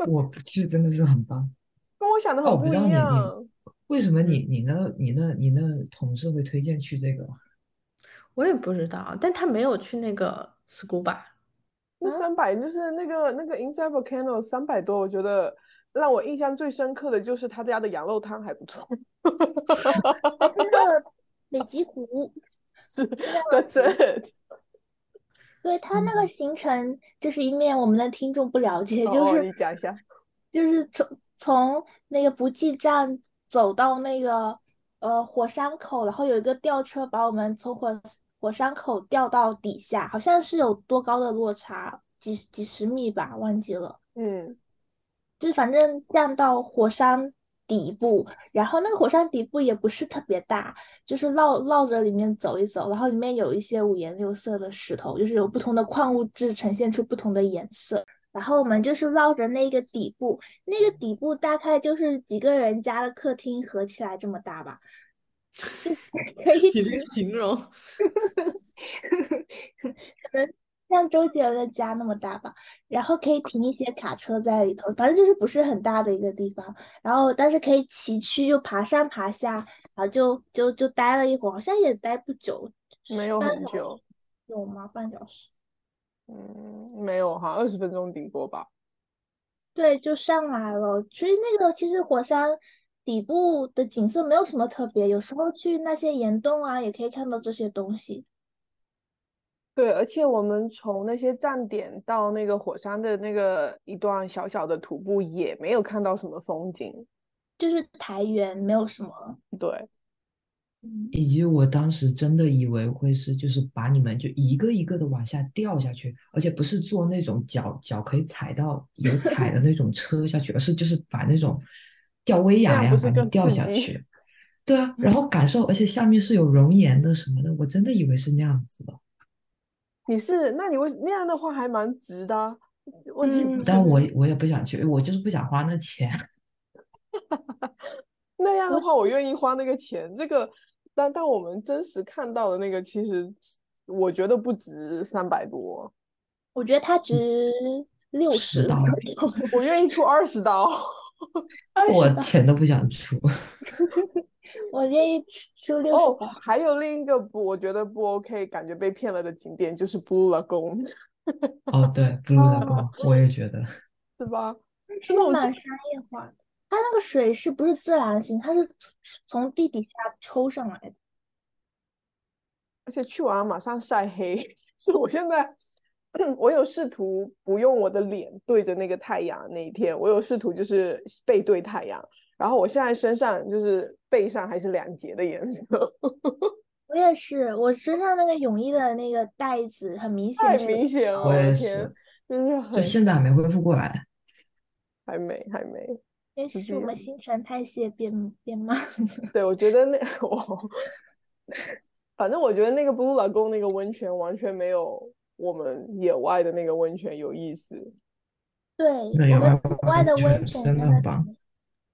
Speaker 2: 我不去真的是很棒。
Speaker 4: 跟我想的
Speaker 2: 那
Speaker 4: 很
Speaker 2: 哦我不
Speaker 4: 不
Speaker 2: 知道
Speaker 4: 一
Speaker 2: 你你
Speaker 4: 样。
Speaker 2: 为什么
Speaker 5: 嗯，
Speaker 2: 你你那你那你那同事会推荐去这个？
Speaker 5: 我也不知道，啊但他没有去那个 scuba。
Speaker 4: 那
Speaker 3: 啊，
Speaker 4: 三百就是那个那个 Inside Volcano 三百多，我觉得让我印象最深刻的就是他家的羊肉汤还不错。
Speaker 3: 还跟那个北极湖，
Speaker 4: 是
Speaker 3: 跟那个
Speaker 4: ，That's
Speaker 3: 湖。
Speaker 4: it。
Speaker 3: 对，它那个
Speaker 5: 嗯，
Speaker 3: 行程，就是一面我们的听众不了解，就
Speaker 4: 哦哦，
Speaker 3: 是
Speaker 4: 你讲一下。
Speaker 3: 就是从从那个不济站走到那个呃火山口，然后有一个吊车把我们从火火山口吊到底下，好像是有多高的落差，几十几十米吧，忘记了。
Speaker 4: 嗯，
Speaker 3: 就是反正站到火山底部，然后那个火山底部也不是特别大，就是绕绕着里面走一走，然后里面有一些五颜六色的石头，就是有不同的矿物质呈现出不同的颜色。然后我们就是绕着那个底部，那个底部大概就是几个人家的客厅合起来这么大吧， 可 以
Speaker 5: 你这个
Speaker 3: 停，
Speaker 5: 形容，
Speaker 3: 可能像周杰伦的家那么大吧，然后可以停一些卡车在里头，反正就是不是很大的一个地方。然后但是可以崎岖，就爬上爬下，然后就就就待了一会儿，好像也待不久，
Speaker 4: 没有
Speaker 3: 半
Speaker 4: 很
Speaker 3: 小时
Speaker 4: 久，
Speaker 3: 有吗？半小时。
Speaker 4: 嗯，没有哈，二十分钟顶多吧。
Speaker 3: 对，就上来了。所以那个其实火山底部的景色没有什么特别，有时候去那些岩洞啊，也可以看到这些东西。
Speaker 4: 对，而且我们从那些站点到那个火山的那个一段小小的徒步，也没有看到什么风景。
Speaker 3: 就是台原没有什么了。
Speaker 4: 对，
Speaker 3: 嗯，
Speaker 2: 以及我当时真的以为会是，就是把你们就一个一个的往下掉下去，而且不是坐那种脚脚可以踩 到有踩的那种车下去，而是就是把那种吊威
Speaker 4: 那
Speaker 2: 亚
Speaker 4: 样不
Speaker 2: 呀
Speaker 4: 是
Speaker 2: 把你
Speaker 4: 更
Speaker 2: 吊
Speaker 4: 刺
Speaker 2: 下
Speaker 4: 激？
Speaker 2: 去。对 啊，然后感受，而且下面是有熔岩的什么的，我真的以为是那样子的，
Speaker 4: 你是，那你为那样的话还蛮值的啊。问题不
Speaker 3: 嗯
Speaker 4: 是，
Speaker 2: 但我我也不想去，我就是不想花那钱。
Speaker 4: 那样的话，我愿意花那个钱。这个，但但我们真实看到的那个，其实我觉得不值三百多，
Speaker 3: 我觉得它值六
Speaker 2: 10
Speaker 3: 十
Speaker 2: 刀
Speaker 4: 我愿意出二十刀。
Speaker 2: 我钱都不想 出。
Speaker 3: 我愿意吃吃 六
Speaker 4: 哦
Speaker 3: 十刀。，
Speaker 4: 还有另一个不，我觉得不 OK，感觉被骗了的景点就是 Blue Lagoon，
Speaker 2: 哦，对，不如打工，我也觉得。
Speaker 4: 对吧？
Speaker 3: 是
Speaker 4: 那我就
Speaker 3: 蛮商业化的，它那个水是不是自然型？它是出出从地底下抽上来的。
Speaker 4: 而且去完马上晒黑， 所以我现在我有试图不用我的脸对着那个太阳那一天，我有试图就是背对太阳，然后我现在身上就是背上还是两截的颜色，
Speaker 3: 我也是，我身上那个泳衣的那个带子很明显
Speaker 4: 太
Speaker 3: 是
Speaker 4: 明显了，
Speaker 2: 我
Speaker 4: 我的
Speaker 2: 也
Speaker 4: 天
Speaker 2: 是，
Speaker 4: 就是
Speaker 2: 就
Speaker 4: 哦很
Speaker 2: 现在还没恢复过来，
Speaker 4: 还没还没，
Speaker 3: 也
Speaker 4: 是
Speaker 3: 许我
Speaker 4: 这
Speaker 3: 们
Speaker 4: 样
Speaker 3: 新陈代谢变变慢。
Speaker 4: 对我觉得那 我反正我觉得那个 Blue Lagoon 那个温泉完全没有我们野外的那个温泉有意思，
Speaker 3: 对，
Speaker 2: 那
Speaker 3: 我
Speaker 2: 野
Speaker 3: 们
Speaker 2: 外
Speaker 3: 国外的温
Speaker 2: 温泉
Speaker 3: 泉
Speaker 2: 真的很棒
Speaker 3: 挺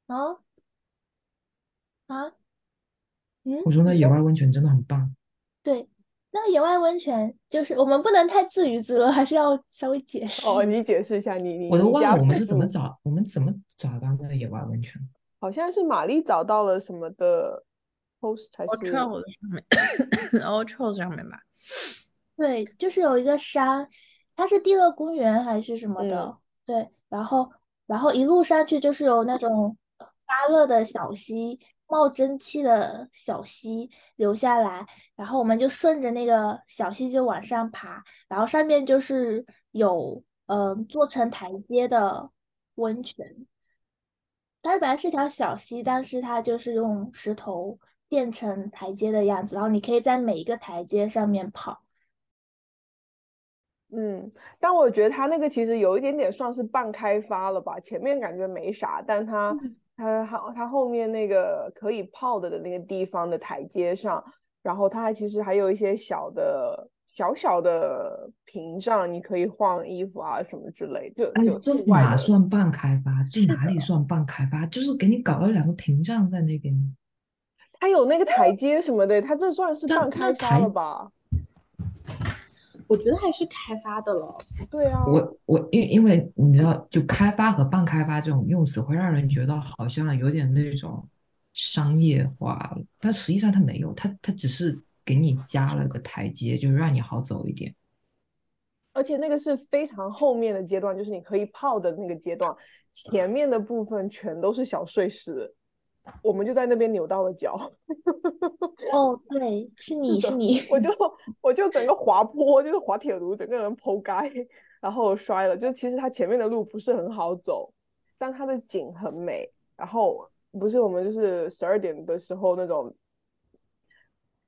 Speaker 3: 啊啊，嗯，
Speaker 2: 我说那
Speaker 3: 你
Speaker 2: 野外温泉真的很棒。
Speaker 3: 对，那个野外温泉就是我们不能太自娱自乐，还是要稍微解释
Speaker 4: 哦，
Speaker 3: 一
Speaker 4: 你解释一下，你你
Speaker 2: 我都
Speaker 4: 你
Speaker 2: 忘
Speaker 4: 家
Speaker 2: 了我们
Speaker 4: 附
Speaker 2: 是怎么
Speaker 4: 近
Speaker 2: 找，我们怎么找到那个野外温泉？
Speaker 4: 好像是玛丽找到了什么的 post 还是
Speaker 5: Outro 上面，Outro 上面吧，
Speaker 3: 对，就是有一个山，它是地热公园还是什么的，
Speaker 4: 嗯
Speaker 3: 对，然后然后一路上去就是有那种呃发热的小溪，冒蒸汽的小溪流下来，然后我们就顺着那个小溪就往上爬，然后上面就是有嗯、呃做成台阶的温泉，它本来是条小溪，但是它就是用石头变成台阶的样子，然后你可以在每一个台阶上面跑。
Speaker 4: 嗯，但我觉得它那个其实有一点点算是半开发了吧，前面感觉没啥，但它
Speaker 2: 嗯
Speaker 4: 它它它后面那个可以泡的的那个地方的台阶上，然后它还其实还有一些小的小小的屏障，你可以换衣服啊什么之类，就
Speaker 2: 哎，
Speaker 4: 就
Speaker 2: 这
Speaker 4: 户外
Speaker 2: 哪
Speaker 4: 的。
Speaker 2: 算半开发？这
Speaker 4: 是
Speaker 2: 哪里算半开发？就是给你搞了两个屏障在那边。
Speaker 4: 它有那个台阶什么的，它这算是
Speaker 2: 那
Speaker 4: 半
Speaker 2: 那
Speaker 4: 开发
Speaker 2: 台
Speaker 4: 了吧？
Speaker 5: 我觉得还是开发的了。
Speaker 4: 对啊，
Speaker 2: 我我因因为你知道，就开发和半开发这种用词会让人觉得好像有点那种商业化了，但实际上它没有，它它只是给你加了个台阶，就是让你好走一点。
Speaker 4: 而且那个是非常后面的阶段，就是你可以泡的那个阶段，前面的部分全都是小碎石，我们就在那边扭到了脚，
Speaker 3: 哦，对，是你
Speaker 4: 的
Speaker 3: 是你，
Speaker 4: 我就我就整个滑坡，就是滑铁卢，整个人剖开，然后摔了。就其实它前面的路不是很好走，但它的景很美。然后不是我们就是十二点的时候那种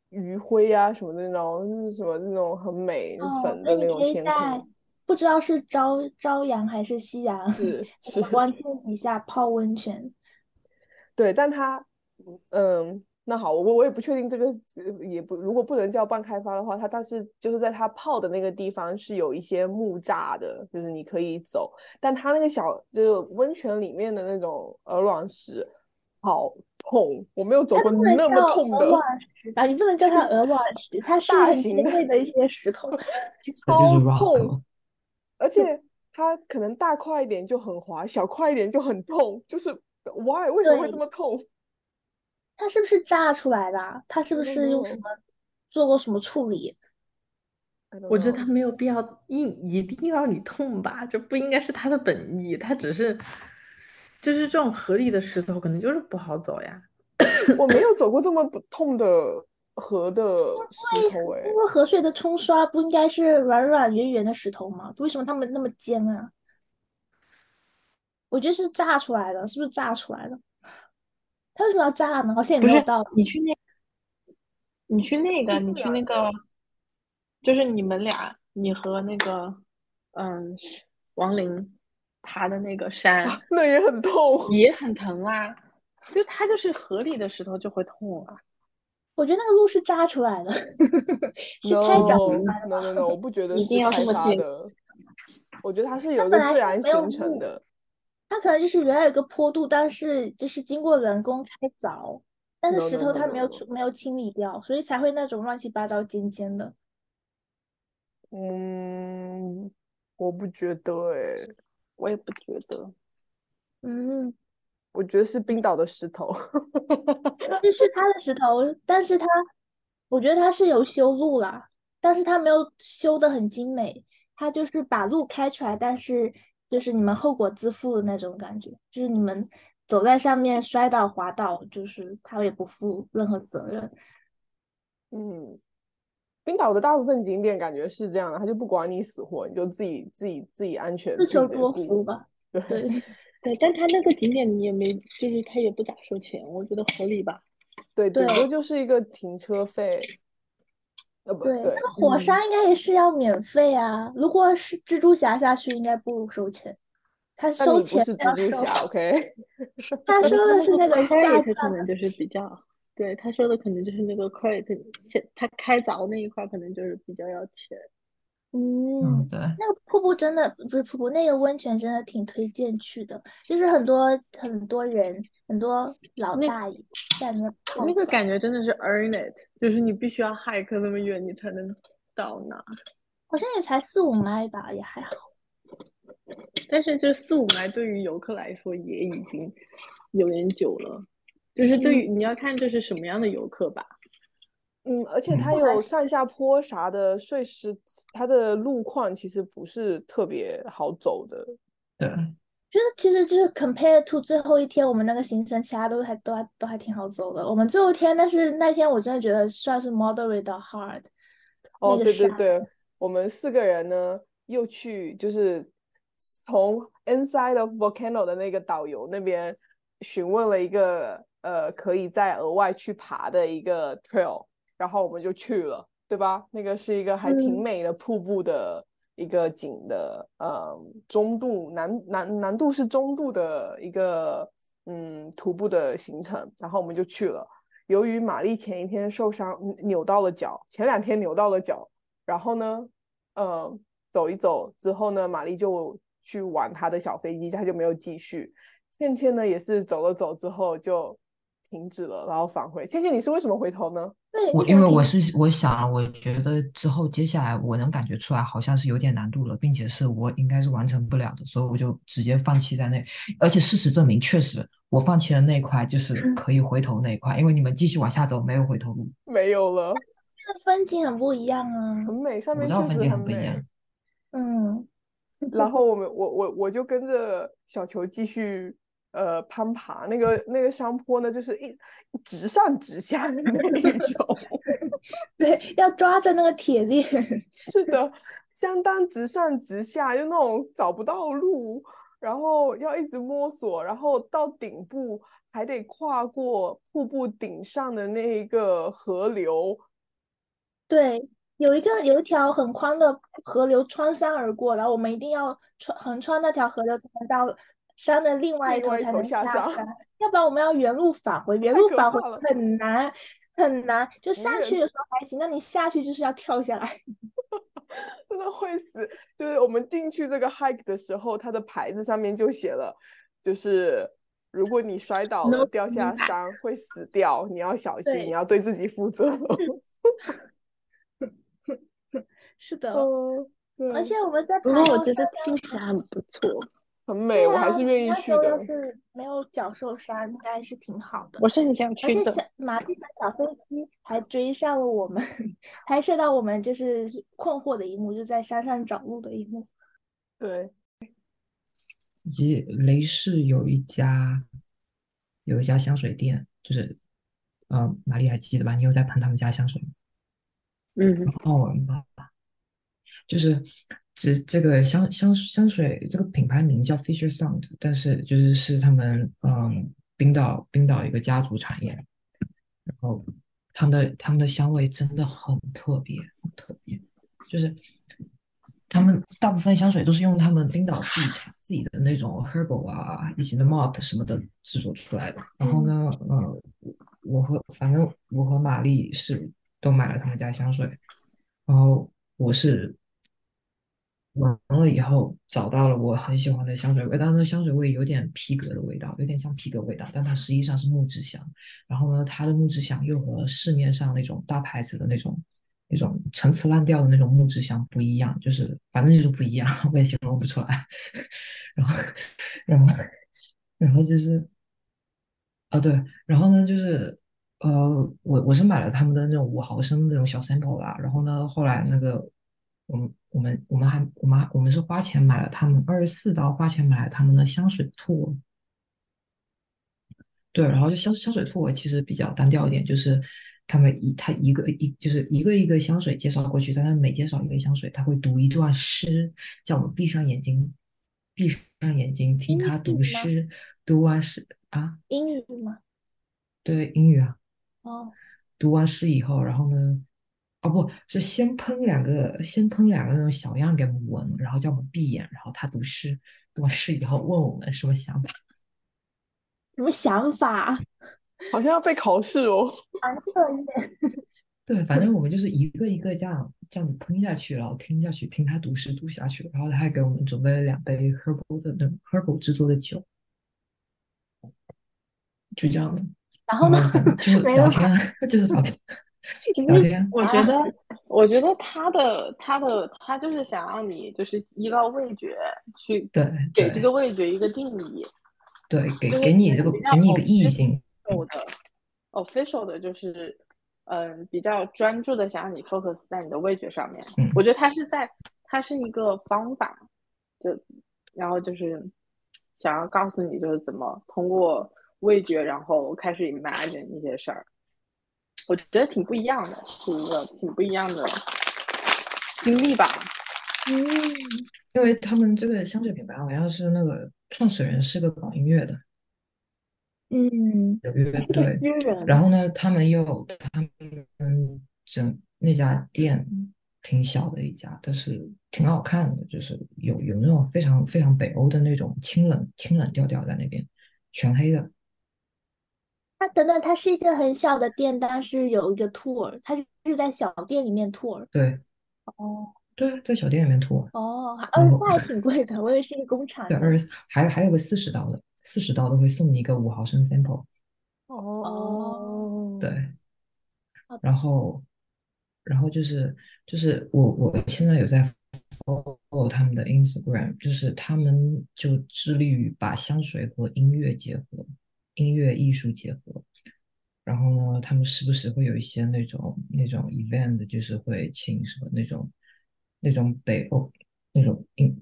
Speaker 4: 余晖啊什么的那种什么那种很美
Speaker 3: 哦，
Speaker 4: 粉
Speaker 3: 那
Speaker 4: 的那
Speaker 3: 你
Speaker 4: 种
Speaker 3: 可以
Speaker 4: 天
Speaker 3: 在
Speaker 4: 空，
Speaker 3: 不知道是朝朝阳还是夕阳
Speaker 4: 是是。
Speaker 3: 阳光衬底下泡温泉。
Speaker 4: 对，但它，嗯，那好，我我也不确定这个呃也不，如果不能叫半开发的话，它但是就是在它泡的那个地方是有一些木栅的，就是你可以走，但它那个小就是温泉里面的那种鹅卵石，好痛，我没有走
Speaker 3: 它
Speaker 4: 过
Speaker 3: 不能
Speaker 4: 那么
Speaker 3: 叫
Speaker 4: 痛
Speaker 3: 鹅
Speaker 4: 的
Speaker 3: 卵 石啊吧？你不能叫它鹅卵石，它是
Speaker 4: 大
Speaker 3: 很
Speaker 4: 型
Speaker 3: 尖
Speaker 4: 的
Speaker 3: 锐的一些石头。
Speaker 2: 这就是
Speaker 4: 超
Speaker 2: rock
Speaker 4: 痛，
Speaker 2: 了
Speaker 4: 而且它可能大块一点就很滑，小块一点就很痛，就是 why 为什么会这
Speaker 3: 对
Speaker 4: 么痛？
Speaker 3: 它是不是炸出来的啊？它是不
Speaker 4: I don't
Speaker 3: 是用什
Speaker 4: know
Speaker 3: 么做过什么处理？
Speaker 4: I don't
Speaker 5: 我觉得
Speaker 4: know
Speaker 5: 他没有必要硬一定让你痛吧，这不应该是他的本意，他只是就是这种合理的石头，可能就是不好走呀。
Speaker 4: 我没有走过这么不痛的河的石头哎、
Speaker 3: 因为河水的冲刷不应该是软软圆圆的石头吗？为什么它们那么尖啊？我觉得是炸出来的，是不是炸出来的？它为什么要炸呢？好像也
Speaker 6: 不
Speaker 3: 没有
Speaker 6: 是
Speaker 3: 道理。
Speaker 6: 你去那，你去那个，
Speaker 4: 是
Speaker 6: 你
Speaker 4: 自
Speaker 6: 去那
Speaker 4: 然的
Speaker 6: 个，就是你们俩，你和那个，嗯，王林爬的那个山
Speaker 4: 那也很痛。
Speaker 6: 也很疼啊，就它就是合理的石头就会痛啊。
Speaker 3: 我觉得那个路是炸出来的， 是开展
Speaker 4: no
Speaker 3: 出来
Speaker 4: no no no，我不觉得
Speaker 6: 一
Speaker 4: 是
Speaker 6: 定要这
Speaker 4: 开
Speaker 6: 么
Speaker 4: 发
Speaker 6: 坚
Speaker 4: 的，我觉得它是有
Speaker 3: 它
Speaker 4: 一个
Speaker 3: 本来
Speaker 4: 自
Speaker 3: 是
Speaker 4: 然
Speaker 3: 没有
Speaker 4: 形成
Speaker 3: 路
Speaker 4: 的。
Speaker 3: 它可能就是原来有个坡度，但是就是经过人工开凿，但是
Speaker 4: No,
Speaker 3: 石
Speaker 4: no,
Speaker 3: 头
Speaker 4: no,
Speaker 3: 它没
Speaker 4: no,
Speaker 3: 有
Speaker 4: no.
Speaker 3: 处没有清理掉，所以才会那种乱七八糟尖尖的。
Speaker 4: 嗯，我不觉得诶，
Speaker 6: 我也不觉得。
Speaker 3: 嗯，
Speaker 4: 我觉得是冰岛的石头。
Speaker 3: 这是它的石头， 但是它，我觉得它是有修路啦，但是它没有修得很精美，它就是把路开出来，但是就是你们后果自负的那种感觉，就是你们走在上面摔倒滑倒，就是他也不负任何责任。
Speaker 4: 嗯，冰岛的大部分景点感觉是这样的，他就不管你死活，你就自己自己自己安全，
Speaker 3: 自
Speaker 4: 自
Speaker 3: 求
Speaker 4: 己的
Speaker 3: 多
Speaker 4: 顾。
Speaker 3: 福吧，
Speaker 4: 对，
Speaker 3: 对。
Speaker 6: 对，但他那个景点你也没，就是他也不咋收钱，我觉得合理吧。
Speaker 4: 对，顶
Speaker 3: 对
Speaker 4: 多就是一个停车费。呃，不
Speaker 3: 对，
Speaker 4: 对，
Speaker 3: 那火
Speaker 6: 嗯
Speaker 3: 山应该也是要免费啊。如果是蜘蛛侠下去，应该不收钱。他
Speaker 4: 但
Speaker 3: 收
Speaker 4: 你不
Speaker 3: 钱
Speaker 4: 是
Speaker 3: 要
Speaker 4: 蜘蛛
Speaker 3: 收，
Speaker 4: 侠，OK？
Speaker 3: 他
Speaker 6: 而且
Speaker 3: 收
Speaker 6: 他
Speaker 3: 的
Speaker 6: 那
Speaker 3: 是
Speaker 6: 个
Speaker 3: 那个
Speaker 6: 开
Speaker 3: 下
Speaker 6: 他可
Speaker 3: 降，
Speaker 6: 能就是比较，对，他说的可能就是那个 credit，现他开凿那一块可能就是比较要钱。
Speaker 3: 嗯，
Speaker 2: 嗯，对，
Speaker 3: 那个瀑布真的不是瀑布，那个温泉真的挺推荐去的，就是很多很多人，很多老
Speaker 6: 那
Speaker 3: 大爷在那泡
Speaker 6: 那个
Speaker 3: 澡。
Speaker 6: 感觉真的是 earn it，就是你必须要 hike 那么远，你才能到那。
Speaker 3: 好像也才四五迈吧，也还好。
Speaker 6: 但是这四五来对于游客来说也已经有点久了，就是对于
Speaker 3: 嗯
Speaker 6: 你要看这是什么样的游客吧。
Speaker 4: 嗯，而且
Speaker 2: 嗯
Speaker 4: 它有上下坡啥的，碎石，它的路况其实不是特别好走的。
Speaker 2: 对，
Speaker 3: 就是其实就是 compare to 最后一天我们那个行程，其他都还都还都还挺好走的。我们最后一天，但是那天我真的觉得算是 moderate 到 hard，
Speaker 4: 哦，
Speaker 3: 那个
Speaker 4: 对对
Speaker 3: 山
Speaker 4: 对，我们四个人呢，又去就是从 Inside of Volcano 的那个导游那边询问了一个呃可以再额外去爬的一个 trail，然后我们就去了，对吧？那个是一个还挺
Speaker 3: 嗯
Speaker 4: 美的瀑布的一个景的，嗯，中度难难难度是中度的一个嗯徒步的行程，然后我们就去了。由于玛丽前一天受伤嗯扭到了脚，前两天扭到了脚，然后呢，呃，走一走之后呢，玛丽就去玩她的小飞机，她就没有继续。倩倩呢也是走了走之后就停止了，然后返回。倩倩，你是为什么回头呢？
Speaker 3: 对，
Speaker 2: 我因
Speaker 3: 我
Speaker 2: 为我
Speaker 3: 挺
Speaker 2: 是我想，我觉得之后接下来我能感觉出来，好像是有点难度了，并且是我应该是完成不了的，所以我就直接放弃在那。而且事实证明，确实我放弃的那一块
Speaker 4: 嗯
Speaker 2: 就是可以回头那一块，因为你们继续往下走没有回头路，
Speaker 4: 没有了，
Speaker 3: 那个风景很不一样
Speaker 4: 很
Speaker 3: 啊。
Speaker 4: 美，上
Speaker 2: 我
Speaker 4: 面
Speaker 2: 知道
Speaker 4: 确
Speaker 2: 风
Speaker 4: 实
Speaker 2: 景
Speaker 4: 很
Speaker 2: 很不一
Speaker 4: 美。
Speaker 2: 样。
Speaker 3: 嗯，
Speaker 4: 然后我们我我我就跟着小球继续呃攀爬，那个那个山坡呢，就是一直上直下的那一种。
Speaker 3: 对，要抓着那个铁链。
Speaker 4: 是的，相当直上直下，就那种找不到路，然后要一直摸索，然后到顶部还得跨过瀑布顶上的那一个河流。
Speaker 3: 对，有一个有一条很宽的河流穿山而过，然后我们一定要穿横穿那条河流才能到山的另外一
Speaker 4: 另
Speaker 3: 头
Speaker 4: 外一
Speaker 3: 才
Speaker 4: 头
Speaker 3: 能
Speaker 4: 下
Speaker 3: 下
Speaker 4: 山，
Speaker 3: 山，要不然我们要原路返 回，原
Speaker 4: 太
Speaker 3: 路
Speaker 4: 可
Speaker 3: 返回
Speaker 4: 怕了，
Speaker 3: 很难很难。就
Speaker 4: 永
Speaker 3: 上
Speaker 4: 远
Speaker 3: 去的时候还行，那你下去就是要跳下来。
Speaker 4: 真的会死。就是我们进去这个 hike 的时候，它的牌子上面就写了，就是如果你摔倒
Speaker 6: No
Speaker 4: 了掉
Speaker 6: turning
Speaker 4: 下
Speaker 6: back。
Speaker 4: 山会死掉，你要小心，你
Speaker 3: 对，嗯
Speaker 4: 要对自己负责。
Speaker 3: 是的，
Speaker 4: 嗯，
Speaker 3: 而
Speaker 4: 对，
Speaker 3: 且我们在
Speaker 6: 不过
Speaker 3: 爬
Speaker 6: 我
Speaker 3: 到
Speaker 6: 觉
Speaker 3: 下
Speaker 6: 得
Speaker 3: 降
Speaker 6: 听起来很不错。
Speaker 4: 很
Speaker 3: 对
Speaker 4: 美，我还
Speaker 3: 啊，
Speaker 4: 是
Speaker 3: 我
Speaker 4: 愿意
Speaker 3: 那时
Speaker 4: 去
Speaker 3: 候
Speaker 4: 的。
Speaker 3: 要是没有脚受伤，应该是挺好的。
Speaker 6: 我是很想
Speaker 3: 而
Speaker 6: 去
Speaker 3: 且
Speaker 6: 的，
Speaker 3: 小玛丽的小飞机还追上了我们， 拍摄到我们就是困惑的一幕，就在山上找路的一幕。
Speaker 4: 对，
Speaker 2: 以及雷士有一家有一家香水店，就是呃，玛丽还记得吧？你有在喷他们家香水吗？
Speaker 6: 嗯，
Speaker 2: 好闻吧？就是这这个香香香水这个品牌名叫 Fisher Sound，但是就是是他们嗯冰岛冰岛一个家族产业，然后他们的他们的香味真的很特别，很特别，就是他们大部分香水都是用他们冰岛自己产自己的那种 herbal 啊，以及的 malt 什么的制作出来的。然后呢，呃，我和反正我和玛丽是都买了他们家香水，然后我是完了以后，找到了我很喜欢的香水味，但是那香水味有点皮革的味道，有点像皮革味道，但它实际上是木质香。然后呢，它的木质香又和市面上那种大牌子的那种、那种陈词滥调的那种木质香不一样，就是反正就是不一样， 我也形容不出来。 然后，然后，然后就是，啊对，然后呢就是，呃，我我是买了他们的那种五毫升的那种小 sample 啦，然后呢，后来那个我们我们我们还我们还我们是花钱买了他们二十四刀花钱买了他们的香水兔，对，然后就香香水兔我其实比较单调一点，就是他们一他一个一就是一个一个香水介绍过去，但他每介绍一个香水，他会读一段诗，叫我们闭上眼睛，闭上眼睛听
Speaker 3: 英
Speaker 2: 他
Speaker 3: 语吗
Speaker 2: 读诗，读完诗啊，
Speaker 3: 英语吗？
Speaker 2: 对，英语啊。
Speaker 3: 哦，
Speaker 2: 读完诗以后，然后呢，哦不，是先喷两个，先喷两个那种小样给我们闻，然后叫我们闭眼，然后他读诗，读完诗以后问我们什么想法。
Speaker 3: 什么想 法？啊
Speaker 4: 好像要被考试哦。
Speaker 3: 寒测验。
Speaker 2: 对，反正我们就是一个一个这样这样子喷下去，然后听下去，听他读诗读下去，然后他还给我们准备了两杯 herbal 的那种 herbal 制作的酒，就这样的。
Speaker 3: 然后
Speaker 2: 然
Speaker 3: 呢？
Speaker 2: 后反正就是
Speaker 3: 没
Speaker 2: 聊
Speaker 3: 了
Speaker 2: 天啊，就是聊天，
Speaker 6: 其
Speaker 2: 聊
Speaker 6: 实
Speaker 2: 天。
Speaker 6: 我
Speaker 3: 啊
Speaker 6: 觉得，我觉得他的他的他就是想让你就是依靠味觉去
Speaker 2: 对
Speaker 6: 给这
Speaker 2: 对
Speaker 6: 个味觉一个定义，
Speaker 2: 对，给
Speaker 6: 就是
Speaker 2: 给你这个
Speaker 6: 比较
Speaker 2: 给你一个意
Speaker 6: official
Speaker 2: 境。
Speaker 6: 有的 official 的就是，嗯，比较专注的想让你 focus 在你的味觉上面。
Speaker 2: 嗯
Speaker 6: 我觉得它是在，它是一个方法，就然后就是想要告诉你就是怎么通过味觉，然后开始 imagine 一些事儿。我觉得挺不一样的，是一个挺不一样的经历吧。
Speaker 3: 嗯，
Speaker 2: 因为他们这个香水品牌好像是那个创始人是个搞音乐的，
Speaker 3: 嗯，
Speaker 2: 有乐队，
Speaker 3: 诗人。
Speaker 2: 然后呢，他们又他们整那家店挺小的一家，但是挺好看的，就是有有那种非常非常北欧的那种清冷清冷调调在那边，全黑的，
Speaker 3: 它等等，它是一个很小的店，但是有一个 tour，它是在小店里面 tour。
Speaker 2: 对
Speaker 3: 哦
Speaker 2: 对啊，在小店里面涂，
Speaker 3: 哦，还
Speaker 2: 然
Speaker 3: 二十
Speaker 2: 后
Speaker 3: 块还挺贵的，我以为是一个工厂
Speaker 2: 对
Speaker 3: 呢。
Speaker 2: 二十，还还有个四十刀的，四十刀的会送你一个五毫升 sample，
Speaker 3: 哦
Speaker 2: 对。
Speaker 3: 好的
Speaker 2: 然后，然后就是就是我我现在有在 follow 他们的 Instagram，就是他们就致力于把香水和音乐结合，音乐艺术结合。然后呢，他们时不时会有一些那种那种 event，就是会请什么那种那种北欧那种音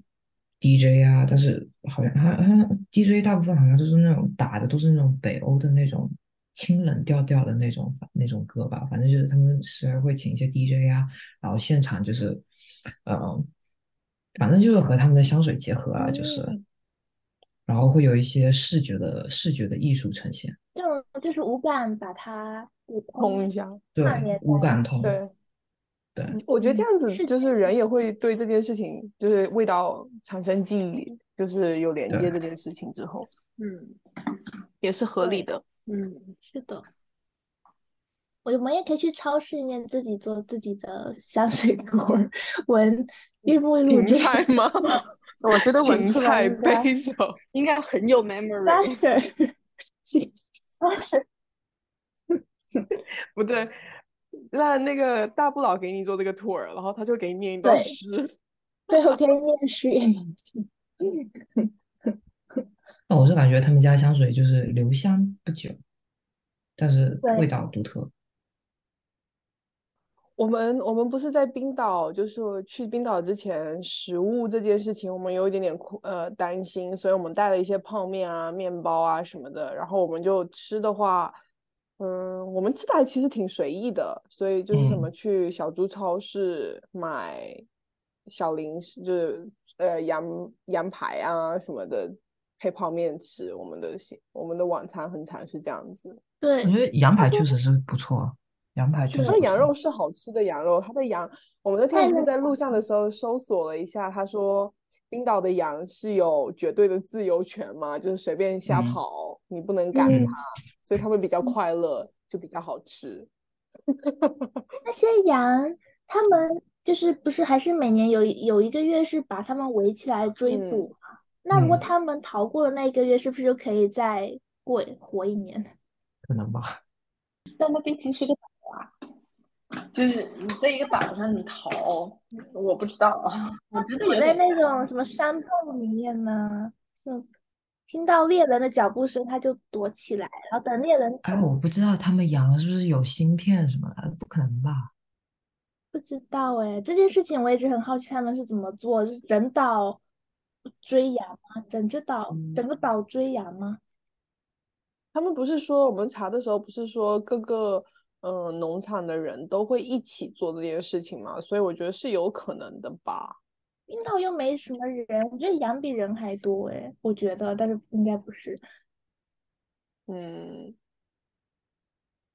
Speaker 2: DJ 啊，但是好像好像 DJ 大部分好像都是那种打的都是那种北欧的那种清冷调调的那种那种歌吧，反正就是他们时而会请一些 DJ 啊，然后现场就是，呃，反正就是和他们的香水结合啊，就是，
Speaker 3: 嗯，
Speaker 2: 然后会有一些视觉的视觉的艺术呈现，
Speaker 3: 这种就是无感把它补
Speaker 4: 通
Speaker 3: 空
Speaker 4: 一下，
Speaker 2: 对，
Speaker 3: 连
Speaker 2: 无
Speaker 3: 在一
Speaker 2: 感
Speaker 3: 起。
Speaker 2: 通，
Speaker 4: 对，
Speaker 2: 对，
Speaker 4: 我觉得这
Speaker 3: 嗯
Speaker 4: 样子
Speaker 3: 是
Speaker 4: 就是人也会对这件事情，就是味道产生记忆，就是有连
Speaker 2: 对
Speaker 4: 接这件事情之后，
Speaker 6: 嗯
Speaker 4: 也是合理
Speaker 3: 对
Speaker 4: 的。
Speaker 6: 嗯，
Speaker 3: 是的，我们也可以去超市里面自己做自己的香水锅儿，闻一步一路
Speaker 4: 芹
Speaker 3: 这
Speaker 4: 菜吗？
Speaker 6: 我觉得闻
Speaker 4: 芹
Speaker 6: 出来
Speaker 4: 菜
Speaker 6: 应该
Speaker 4: 贝手。
Speaker 6: 应该很有
Speaker 3: 香
Speaker 6: memory。
Speaker 3: 水， 香水，
Speaker 4: 不对，让那个大不老给你做这个 tour，然后他就给你念一段
Speaker 3: 对
Speaker 4: 诗。
Speaker 3: 对，我可以面试也能
Speaker 2: 那我是感觉他们家香水就是留香不久，但是味
Speaker 3: 对，
Speaker 2: 道独特，
Speaker 4: 我们我们不是在冰岛，就是去冰岛之前，食物这件事情我们有一点点苦呃担心，所以我们带了一些泡面啊、面包啊什么的。然后我们就吃的话，嗯，我们吃的还其实挺随意的，所以就是什么
Speaker 2: 嗯
Speaker 4: 去小猪超市买小零食，就是呃羊羊排啊什么的配泡面吃。我们的我们的晚餐很常是这样子。
Speaker 2: 我
Speaker 3: 对，
Speaker 2: 觉得羊
Speaker 3: 它
Speaker 2: 排
Speaker 3: 就
Speaker 2: 确实是不错，羊排确
Speaker 3: 对
Speaker 2: 实
Speaker 4: 它的
Speaker 2: 不
Speaker 4: 羊
Speaker 2: 错，
Speaker 4: 肉是好吃的羊肉，它的羊，我们那天
Speaker 3: 太
Speaker 4: 不是
Speaker 3: 嫩
Speaker 4: 在路
Speaker 3: 了，
Speaker 4: 上的时候搜索了一下，他说冰岛的羊是有绝对的自由权嘛，就是随便瞎
Speaker 2: 嗯
Speaker 4: 跑，你不能赶它，
Speaker 3: 嗯。
Speaker 2: 嗯，
Speaker 4: 所以它会比较
Speaker 3: 嗯
Speaker 4: 快乐，就比较好吃。
Speaker 3: 那些羊，它们就是不是还是每年有一有一个月是把他们围起来追
Speaker 4: 嗯
Speaker 3: 捕嘛？那如果
Speaker 2: 嗯
Speaker 3: 他们逃过了那一个月，是不是就可以再过活一年？
Speaker 2: 可能吧。
Speaker 6: 但那毕竟是个岛啊，就是你在一个岛上你逃，我不知道啊，我觉得
Speaker 3: 我
Speaker 6: 有
Speaker 3: 在
Speaker 6: 点
Speaker 3: 那种什么山洞里面呢，就听到猎人的脚步声，他就躲起来，然后等猎人
Speaker 2: 哎，我不知道他们养的是不是有芯片什么的，不可能吧？
Speaker 3: 不知道哎，这件事情我一直很好奇他们是怎么做，是整岛追羊吗？整只岛
Speaker 2: 嗯
Speaker 3: 整个岛追羊吗？
Speaker 4: 他们不是说我们查的时候不是说各个嗯、呃农场的人都会一起做这件事情嘛，所以我觉得是有可能的吧。
Speaker 3: 冰岛又没什么人，我觉得羊比人还多哎，我觉得，但是应该不是。
Speaker 4: 嗯，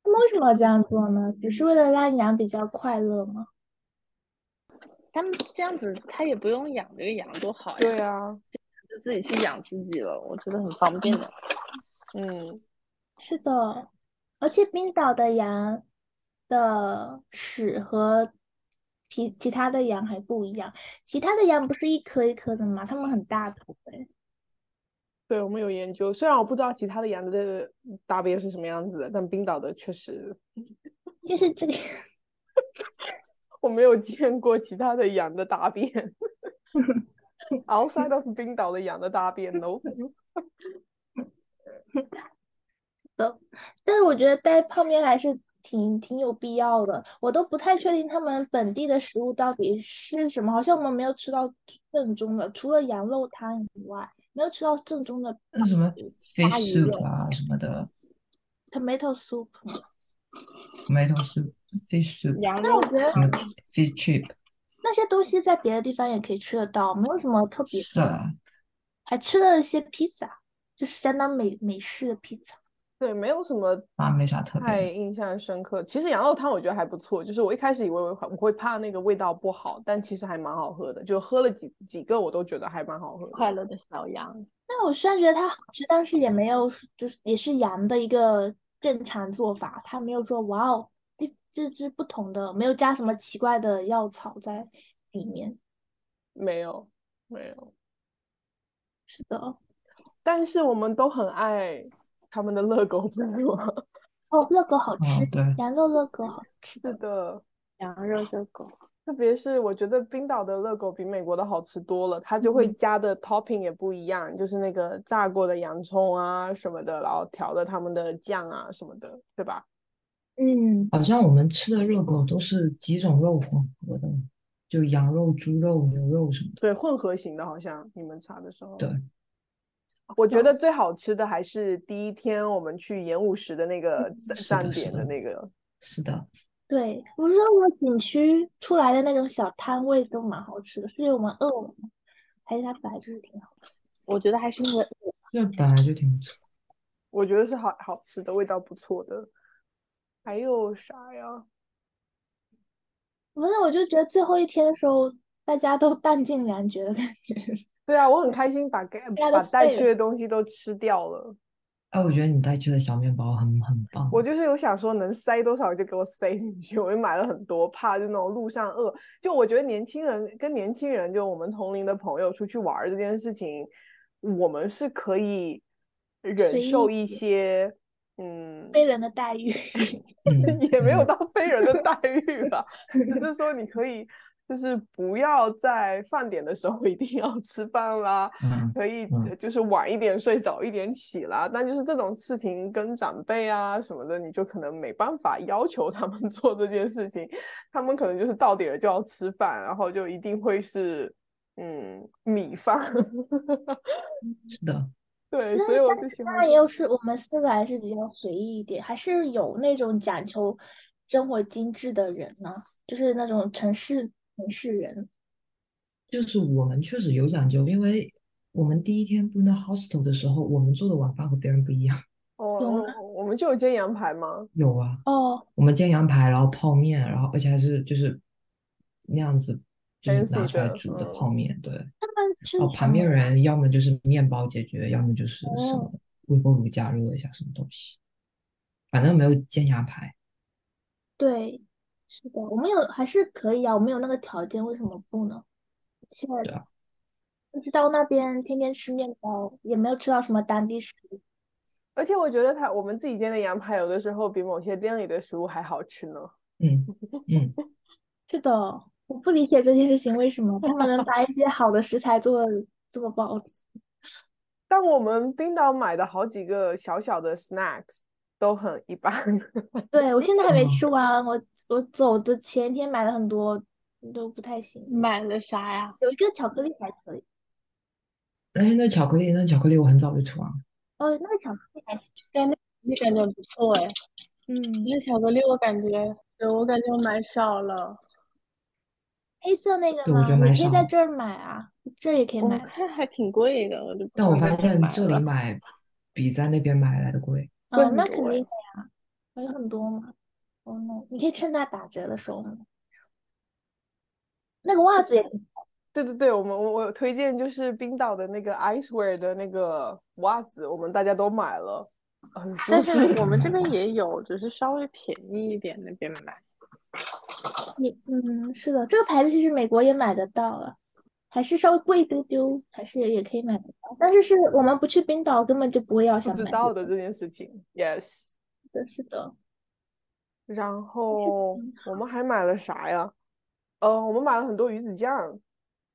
Speaker 3: 他们为什么要这样做呢？只是为了让羊比较快乐吗？
Speaker 6: 他们这样子，他也不用养这个羊多好
Speaker 2: 哎
Speaker 6: 呀，
Speaker 4: 对啊，
Speaker 6: 就自己去养自己了，我觉得很方便的。
Speaker 4: 嗯，
Speaker 3: 是的，而且冰岛的羊的屎和其其他的羊还不一样，其他的羊不是一颗一颗的吗？它们很大坨哎。
Speaker 4: 对，我们有研究，虽然我不知道其他的羊的大便是什么样子的，但冰岛的确实
Speaker 3: 就是这个，
Speaker 4: 我没有见过其他的羊的大便 ，outside of 冰岛的羊的大便，no。
Speaker 3: 但是我觉得带泡面还是挺挺有必要的。我都不太确定他们本地的食物到底是什么，好像我们没有吃到正宗的，除了羊肉汤以外，没有吃到正宗的
Speaker 2: 那什么 fish
Speaker 3: 鲨鱼
Speaker 2: soup
Speaker 3: 肉
Speaker 2: 啊什么的
Speaker 3: tomato soup。
Speaker 2: ，tomato soup、fish soup
Speaker 6: 羊
Speaker 3: 那
Speaker 6: 肉
Speaker 3: 我觉得
Speaker 2: 什么 fish chip
Speaker 3: 那些东西在别的地方也可以吃得到，没有什么特别
Speaker 2: 是
Speaker 3: 的。
Speaker 2: 啊，
Speaker 3: 还吃了一些披萨，就是相当美美式的披萨。
Speaker 4: 对，没有什么
Speaker 2: 啊没啥特别的
Speaker 4: 太印象深刻。其实羊肉汤我觉得还不错，就是我一开始以为我我会怕那个味道不好，但其实还蛮好喝的。就喝了几几个，我都觉得还蛮好喝的。
Speaker 6: 快乐的小羊，
Speaker 3: 那我虽然觉得它好吃，但是也没有，就是也是羊的一个正常做法，它没有说哇哦，这这这不同的，没有加什么奇怪的药草在里面。
Speaker 4: 没有，没有。
Speaker 3: 是的，哦，
Speaker 4: 但是我们都很爱他们的热狗，不是吗？
Speaker 3: 热狗哦好
Speaker 2: 啊
Speaker 3: 吃，
Speaker 2: 对，
Speaker 3: 羊肉热狗好
Speaker 4: 是
Speaker 3: 吃的。
Speaker 4: 的。
Speaker 6: 羊肉热狗，
Speaker 4: 特别是我觉得冰岛的热狗比美国的好吃多了，它就会
Speaker 3: 嗯
Speaker 4: 加的 topping 也不一样，就是那个炸过的洋葱啊什么的，然后调的他们的酱啊什么的，对吧？
Speaker 3: 嗯，
Speaker 2: 好像我们吃的热狗都是几种肉混合的，就羊肉、猪肉、牛肉什么的。
Speaker 4: 对，混合型的，好像你们查的时候。
Speaker 2: 对，哦
Speaker 4: 我觉得最好吃的还是第一天我们去演武时的那个
Speaker 2: 嗯
Speaker 4: 站
Speaker 2: 是
Speaker 4: 站
Speaker 2: 的是
Speaker 4: 点
Speaker 2: 的
Speaker 4: 的那个，
Speaker 2: 是的，
Speaker 3: 对，我觉得我景区出来的那种小摊位都蛮好吃的，是因为我们饿了吗？还是它本来就是挺好吃的？
Speaker 6: 我觉得还是因为
Speaker 2: 这本来就挺不错。
Speaker 4: 我觉得是好好吃的，味道不错的。还有啥呀？
Speaker 3: 反正我就觉得最后一天的时候，大家都弹尽粮绝的感觉。
Speaker 4: 对啊，我很开心把该
Speaker 3: 家都
Speaker 4: 把带
Speaker 3: 废
Speaker 4: 去
Speaker 3: 了
Speaker 4: 的东西都吃掉了。
Speaker 2: 哎，我觉得你带去的小面包很很棒。
Speaker 4: 我就是有想说能塞多少就给我塞进去，我就买了很多，怕就那种路上饿。就我觉得年轻人跟年轻人，就我们同龄的朋友出去玩儿这件事情，我们是可以忍
Speaker 3: 随
Speaker 4: 受
Speaker 3: 意
Speaker 4: 一
Speaker 3: 一点
Speaker 4: 些，嗯，
Speaker 3: 非人的待遇，
Speaker 2: 嗯，
Speaker 4: 也没有
Speaker 2: 嗯
Speaker 4: 到非人的待遇 吧，只是说你可以就是不要在饭点的时候一定要吃饭啦，
Speaker 2: 嗯，
Speaker 4: 可以
Speaker 2: 嗯
Speaker 4: 就是晚一点睡，早一点起啦。但就是这种事情跟长辈啊什么的，你就可能没办法要求他们 做这件事情，他们可能就是到点了就要吃饭，然后就一定会是嗯米饭。
Speaker 2: 是的，
Speaker 4: 对，
Speaker 3: 但
Speaker 4: 所以
Speaker 3: 是
Speaker 4: 我
Speaker 3: 但
Speaker 4: 就喜
Speaker 3: 当
Speaker 4: 欢
Speaker 3: 然
Speaker 4: 这
Speaker 3: 也有
Speaker 4: 种。
Speaker 3: 是我们四个还是比较随意一点，还是有那种讲求生活精致的人呢，就是那种城市城市人。
Speaker 2: 就是我们确实有讲究，因为我们第一天搬到 hostel 的时候，我们做的晚饭和别人不一样。
Speaker 4: 我
Speaker 3: 有
Speaker 4: 我哦我们就有煎羊排吗？
Speaker 2: 有啊，
Speaker 3: 哦，
Speaker 2: 我们煎羊排，然后泡面，然后而且还是就是那样子，就是拿
Speaker 4: Fancy
Speaker 2: 出来
Speaker 4: 的
Speaker 2: 煮的
Speaker 4: 嗯啊
Speaker 2: 泡面，对。
Speaker 3: 他们吃
Speaker 2: 哦，
Speaker 3: 什
Speaker 2: 旁边
Speaker 3: 么？
Speaker 2: 人要么就是面包解决，要么就是什么
Speaker 3: 哦，
Speaker 2: 微波炉加热一下什么东西，反正没有煎鸭排。
Speaker 3: 对，是的，我们有还是可以啊，我们有那个条件，为什么不呢？而且
Speaker 2: 对啊
Speaker 3: 就是到那边天天吃面包，也没有吃到什么当地食物。
Speaker 4: 而且我觉得它我们自己煎的羊排有的时候比某些店里的食物还好吃呢。
Speaker 2: 嗯嗯，
Speaker 3: 是的，我不理解这件事情为什么他们能把一些好的食材做的这么不好吃。
Speaker 4: 但我们冰岛买的好几个小小的 snacks 都很一般。
Speaker 3: 对，我现在还没
Speaker 2: 嗯
Speaker 3: 吃完，我我走的前一天买了很多，都不太行。
Speaker 7: 买了啥呀？
Speaker 3: 有一个巧克力还可以，
Speaker 2: 哎，那巧克力，那巧克力我很早就啊吃完了。
Speaker 3: 哦，那个巧克力还行。
Speaker 7: 但那那感觉不错哎，
Speaker 3: 嗯，
Speaker 7: 那巧克力我感觉，对，我感觉我买少了。
Speaker 3: 黑色那个
Speaker 2: 对我
Speaker 3: 吗？
Speaker 2: 觉得蛮
Speaker 3: 你可以
Speaker 2: 少
Speaker 3: 在
Speaker 2: 的
Speaker 3: 这儿买啊，这儿也可以
Speaker 5: 哦
Speaker 7: 我
Speaker 3: 买。
Speaker 7: 看还挺贵的，我就不
Speaker 2: 但我
Speaker 7: 想在
Speaker 2: 发
Speaker 7: 这
Speaker 2: 现
Speaker 7: 买
Speaker 2: 这里
Speaker 7: 了。
Speaker 2: 买比在那边买来的贵。
Speaker 3: 哦，
Speaker 7: 更
Speaker 3: 那
Speaker 7: 多
Speaker 3: 肯
Speaker 7: 哎
Speaker 3: 定的呀，有很多嘛。哦，你可以趁它打折的时候买。那个袜子也挺
Speaker 4: 对对对，我们我我有推荐就是冰岛的那个 Icewear 的那个袜子，我们大家都买了，很舒
Speaker 7: 但
Speaker 4: 适。
Speaker 6: 哎
Speaker 7: 是我们这边也有，只是稍微便宜一点那边买。
Speaker 3: 你嗯，是的，这个牌子其实美国也买得到了，还是稍微贵一丢丢，还是也可以买得到。但是是我们不去冰岛，根本就不会要
Speaker 4: 不
Speaker 3: 想
Speaker 4: 知
Speaker 3: 买这
Speaker 4: 道
Speaker 3: 个
Speaker 4: 的这件事情，yes。
Speaker 3: 的，是的。
Speaker 4: 然后我们还买了啥呀？呃，我们买了很多鱼子酱，